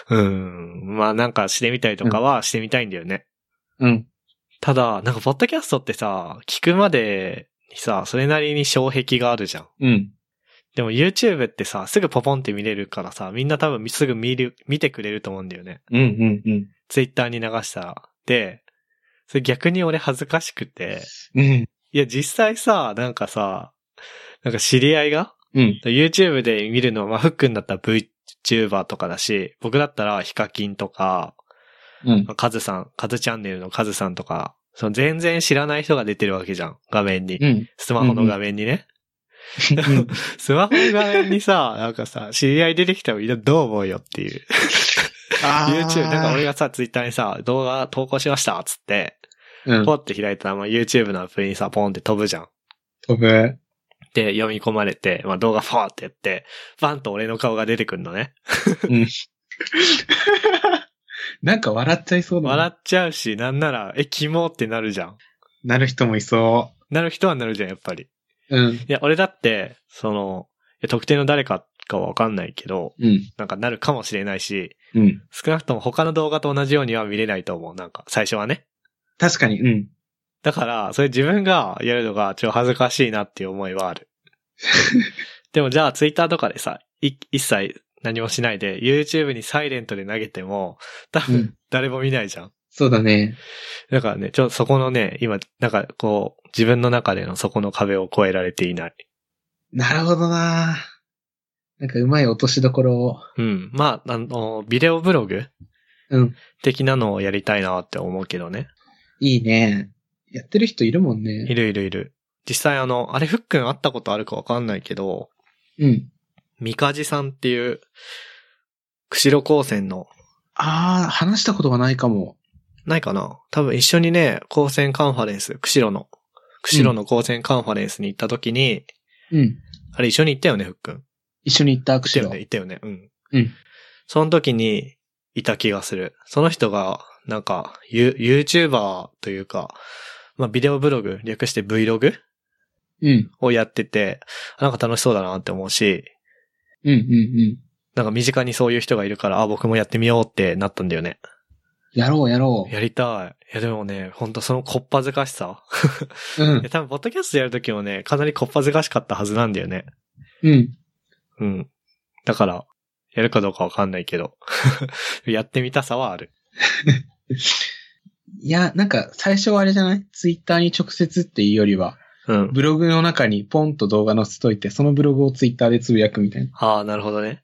Speaker 1: うん、まあなんかしてみたりとかはしてみたいんだよね。
Speaker 2: うん。
Speaker 1: ただ、なんか、ポッドキャストってさ、聞くまでにさ、それなりに障壁があるじゃん。
Speaker 2: うん。
Speaker 1: でも YouTube ってさ、すぐポポンって見れるからさ、みんな多分すぐ見る、見てくれると思うんだよね。
Speaker 2: うん。うん。うん。
Speaker 1: Twitter に流したら。で、それ逆に俺恥ずかしくて、
Speaker 2: うん。
Speaker 1: いや、実際さ、なんかさ、なんか知り合いが、
Speaker 2: うん。
Speaker 1: YouTube で見るのは、まあ、ふっくんだったら VTuber とかだし、僕だったらヒカキンとか、
Speaker 2: うん。
Speaker 1: カズさん、カズチャンネルのカズさんとか、その全然知らない人が出てるわけじゃん、画面に。
Speaker 2: うん。
Speaker 1: スマホの画面にね。
Speaker 2: うん
Speaker 1: スマホの画面にさ、なんかさ、知り合い出てきたらみんなどう思うよっていう。
Speaker 2: あー
Speaker 1: YouTube、なんか俺がさ、Twitter にさ、動画投稿しましたっつって、
Speaker 2: うん
Speaker 1: ポ。ッて開いたら、まあ、YouTube のアプリにさ、ポンって飛ぶじゃん。
Speaker 2: 飛ぶ。
Speaker 1: で、読み込まれて、まあ、動画フォーってやって、バンと俺の顔が出てくんのね。
Speaker 2: なんか笑っちゃいそうだな。
Speaker 1: 笑っちゃうし、なんなら、え、キモってなるじゃん。
Speaker 2: なる人もいそ
Speaker 1: なる人はなるじゃん、やっぱり。
Speaker 2: う。うん。
Speaker 1: いや、俺だって、その、いや特定の誰かかはわかんないけど、
Speaker 2: うん。
Speaker 1: なんかなるかもしれないし、
Speaker 2: うん。
Speaker 1: 少なくとも他の動画と同じようには見れないと思う。なんか、最初はね。
Speaker 2: 確かに、うん。
Speaker 1: だから、それ自分がやるのがちょっと恥ずかしいなっていう思いはあ る。でもじゃあ、ツイッターとかでさ、い一切何もしないで、YouTube にサイレントで投げても、多
Speaker 2: う
Speaker 1: 分
Speaker 2: ん
Speaker 1: 誰も見ないじゃん。
Speaker 2: そうだね。
Speaker 1: だからね、ちょっとそこのね、今、なんかこう、自分の中でのそこの壁を越えられていない。
Speaker 2: なるほどななんかうまい落としどころを。
Speaker 1: うん。まあ、あの、ビデオブログ
Speaker 2: うん。
Speaker 1: 的なのをやりたいなって思うけどね。
Speaker 2: いいね。やってる人いるもん
Speaker 1: い
Speaker 2: ね。
Speaker 1: るいるいる。実際あの、あれ、ふっくん会ったことあるかわかんないけど、
Speaker 2: うん。
Speaker 1: 三カジさんっていう、釧路高専の、
Speaker 2: ああ、話したことがないかも。
Speaker 1: ないかな多分一緒にね、高専カンファレンス、釧路の、釧路の高専カンファレンスに行った時に、
Speaker 2: うん。
Speaker 1: あれ一緒に行ったよね、ふっくん。
Speaker 2: 一緒に行った
Speaker 1: 行った
Speaker 2: 釧
Speaker 1: よ
Speaker 2: 路。
Speaker 1: ね、行ったよね。うん。
Speaker 2: うん。
Speaker 1: その時に、いた気がする。その人が、なんか、ユ、YouTuber というか、まあ、ビデオブログ、略して Vlog
Speaker 2: うん。
Speaker 1: をやってて、なんか楽しそうだなって思うし、
Speaker 2: うん、うん、うん。
Speaker 1: なんか身近にそういう人がいるから、あ、僕もやってみようってなったんだよね。
Speaker 2: やろう、やろ
Speaker 1: やりたい。いやでもね、ほんとそのこっぱずかしさ。
Speaker 2: う。う
Speaker 1: い
Speaker 2: ん
Speaker 1: や。多分、ポッドキャストやるときもね、かなりこっぱずかしかったはずなんだよね。
Speaker 2: うん。
Speaker 1: うん。だから、やるかどうかわかんないけど。 やってみたさはある。
Speaker 2: いや、なんか最初はあれじゃないツイッターに直接っていうよりは、
Speaker 1: うん。
Speaker 2: ブログの中にポンと動画載せといて、そのブログをツイッターでつぶやくみたいな。
Speaker 1: ああ、なるほどね。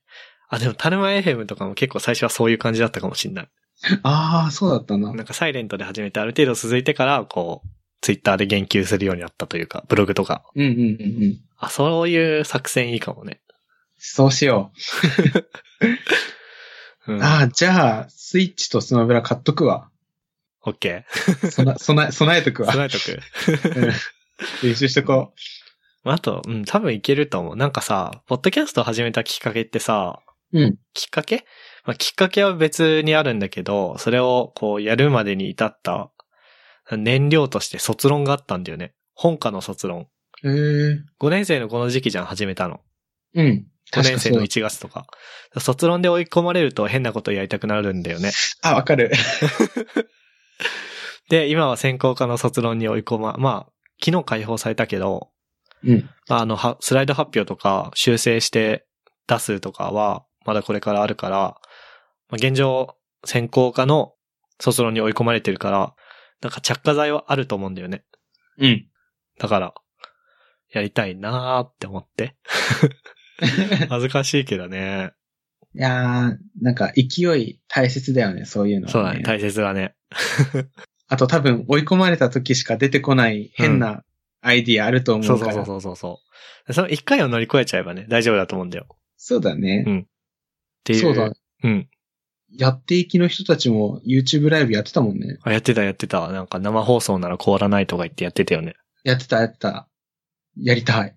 Speaker 1: あ、でも、タルマエヘムとかも結構最初はそういう感じだったかもしんない。
Speaker 2: ああ、そうだったな。
Speaker 1: なんか、サイレントで始めて、ある程度続いてから、こう、ツイッターで言及するようになったというか、ブログとか。
Speaker 2: うんうんうんうん。
Speaker 1: あ、そういう作戦いいかもね。
Speaker 2: そうしよ
Speaker 1: う
Speaker 2: う。
Speaker 1: ん。
Speaker 2: ああ、じゃあ、スイッチとスマブラ買っとくわ。
Speaker 1: オッケー。
Speaker 2: そな、備え、備えとくわ。
Speaker 1: 備えとく。
Speaker 2: うん練習しとこ
Speaker 1: まああと、うん、多分いけると思う。なんかさ、ポッドキャストを始めたきっかけってさ、
Speaker 2: う。うん。
Speaker 1: きっかけまあ、きっかけは別にあるんだけど、それをこうやるまでに至った燃料として卒論があったんだよね。本科の卒論。
Speaker 2: えー、
Speaker 1: 5年生のこの時期じゃん、始めたの。
Speaker 2: うん。
Speaker 1: 5年生の
Speaker 2: 確かそう
Speaker 1: 1月とか。卒論で追い込まれると変なことやりたくなるんだよね。
Speaker 2: あ、わかる。
Speaker 1: で、今は専攻科の卒論に追い込ま、まあ、昨日解放されたけど、
Speaker 2: うん。
Speaker 1: まあ、あの、はスライド発表とか修正して出すとかは、まだこれからあるから、まあ、現状、先行化の卒論に追い込まれてるから、なんか着火剤はあると思うんだよね。
Speaker 2: うん。
Speaker 1: だから、やりたいなーって思って。恥ずかしいけどね。
Speaker 2: いやー、なんか勢い大切だよね、そういうのは、
Speaker 1: そうだね、大切だね。
Speaker 2: あと多分追い込まれた時しか出てこない変なアイディアあると
Speaker 1: そ
Speaker 2: 思
Speaker 1: う
Speaker 2: うか
Speaker 1: そ
Speaker 2: ら。
Speaker 1: うそうそうそう。その一回を乗り越えちゃえばね、大丈夫だと思うんだよ。っ
Speaker 2: そうだね。
Speaker 1: ていう。
Speaker 2: そうだ。
Speaker 1: うん。
Speaker 2: やっていきの人たちも YouTube ライブやってたもんね。
Speaker 1: あ、やってたやってた。なんか生放送なら凍らないとか言ってやってたよね。
Speaker 2: やってた、やってた。やり たい。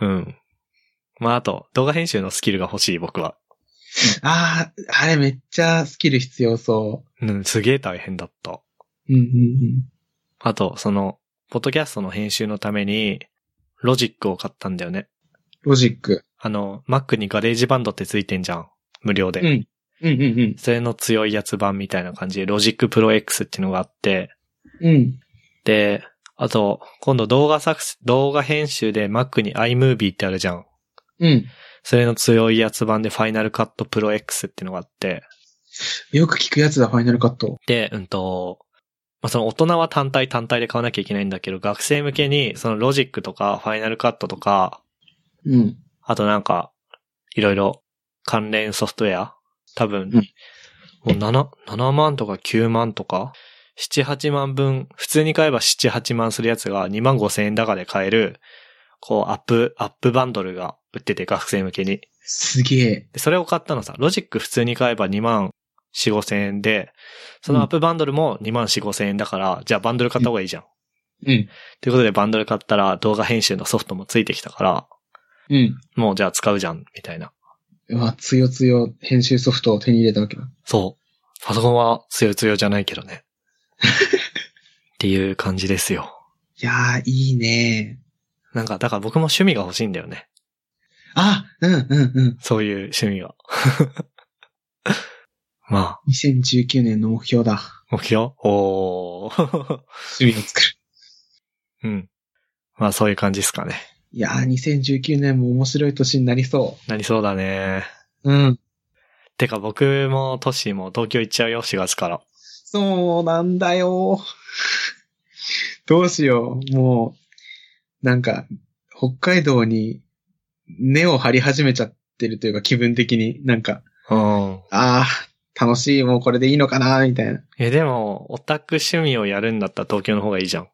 Speaker 1: うん。まあ、あと、動画編集のスキルが欲しい、僕は。
Speaker 2: あー、あれめっちゃスキル必要そ
Speaker 1: うん、すげえ大変だった。
Speaker 2: う。うんうん
Speaker 1: あと、その、ポッドキャストの編集のために、ロジックを買ったんだよね。
Speaker 2: うん。ロジック。
Speaker 1: あの、Mac にガレージバンドってついてんじゃん。無料で。
Speaker 2: うん。うんうん
Speaker 1: それの強いやつ版みたいな感じで、ロジックプロ X っていうのがあって、
Speaker 2: うん。うん。
Speaker 1: で、あと、今度動画作成、動画編集で Mac に iMovie ってあるじゃん。
Speaker 2: うん。
Speaker 1: それの強いやつ版で Final Cut Pro X っていうのがあって、
Speaker 2: よく聞くやつだ、ファイナルカット。
Speaker 1: で、うんと、まあ、その大人は単体単体で買わなきゃいけないんだけど、学生向けに、そのロジックとか、ファイナルカットとか、
Speaker 2: うん。
Speaker 1: あとなんか、いろいろ関連ソフトウェア多分、
Speaker 2: うん
Speaker 1: もう7、7万とか9万とか、7、8万分、普通に買えば7、8万するやつが2万5千円高で買える、こう、アップ、アップバンドルが売ってて、学生向けに。
Speaker 2: すげえ。
Speaker 1: で、それを買ったのさ、ロジック普通に買えば2万4、5千円で、そのアップバンドルも2万4、5千円だから、じゃあバンドル買った方がいいじゃん。
Speaker 2: うん。
Speaker 1: ということでバンドル買ったら動画編集のソフトもついてきたから、
Speaker 2: うん。
Speaker 1: もうじゃあ使うじゃん、みたいな。
Speaker 2: うわ、つよつよ編集ソフトを手に入れたわけだ。
Speaker 1: そう。パソコンは強い強いじゃないけどね。っていう感じですよ。
Speaker 2: いやー、いいね
Speaker 1: なんか、だから僕も趣味が欲しいんだよね。
Speaker 2: あ、うんうんうん。
Speaker 1: そういう趣味は。 まあ、
Speaker 2: 2019年の目標だ。
Speaker 1: 目標おー。
Speaker 2: 趣味を作る。
Speaker 1: うん。まあ、そういう感じですかね。
Speaker 2: いやー、2019年も面白い年になりそ
Speaker 1: なりそうだね。
Speaker 2: う。うん。
Speaker 1: てか、僕もトッシーも東京行っちゃうよ、4月から。
Speaker 2: そうなんだよ。 どうしよう。もう、なんか、北海道に根を張り始めちゃってるというか、気分的になんか、
Speaker 1: うん。
Speaker 2: あー、楽しい、もうこれでいいのかな、みたいな。
Speaker 1: え、でも、オタク趣味をやるんだったら東京の方がいいじゃん。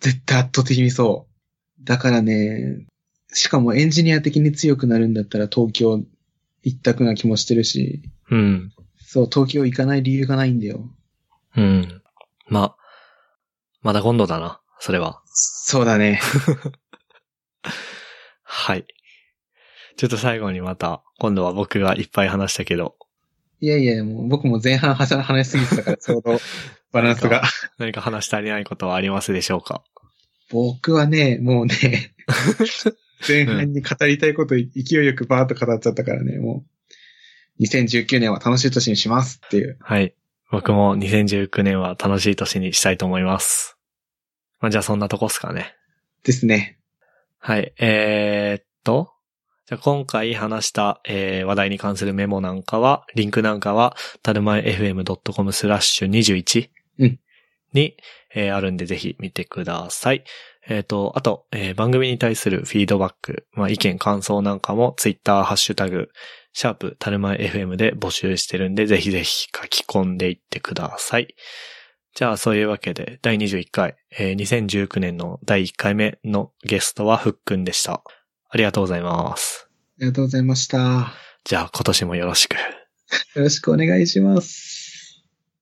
Speaker 2: 絶対圧倒的にそう。だからね、しかもエンジニア的に強くなるんだったら東京一択な気もしてるし、
Speaker 1: うん。
Speaker 2: そう、東京行かない理由がないんだよ。
Speaker 1: うん。まあ、まだ今度だな、それは。
Speaker 2: そうだね。
Speaker 1: はい。ちょっと最後にまた、今度は僕がいっぱい話したけど、
Speaker 2: いやいや、もう僕も前半はしゃ話しすぎてたから、ちょうどバランスが。
Speaker 1: 何か話し足りないことはありますでしょうか
Speaker 2: 僕はね、もうね、前半に語りたいこと勢いよくバーッと語っちゃったからね、もう、2019年は楽しい年にしますっていう。
Speaker 1: はい。僕も2019年は楽しい年にしたいと思います。まあ、じゃあそんなとこっすかね。
Speaker 2: ですね。
Speaker 1: はい。えー、っと。じゃあ今回話した、えー話題に関するメモなんかは、リンクなんかは、たるまえ fm.com スラッシュ21
Speaker 2: うん
Speaker 1: に、えーあるんでぜひ見てください。えーっ、と、あと、えー番組に対するフィードバック、まあ、意見、感想なんかも、ツイッター、ハッシュタグ、シャープ、たるまえ FM で募集してるんで、ぜひぜひ書き込んでいってください。じゃあ、そういうわけで、第21回、えー2019年の第1回目のゲストはふっくんでした。ありがとうございます。
Speaker 2: ありがとうございました。
Speaker 1: じゃあ、今年もよろしく。
Speaker 2: よろしくお願いします。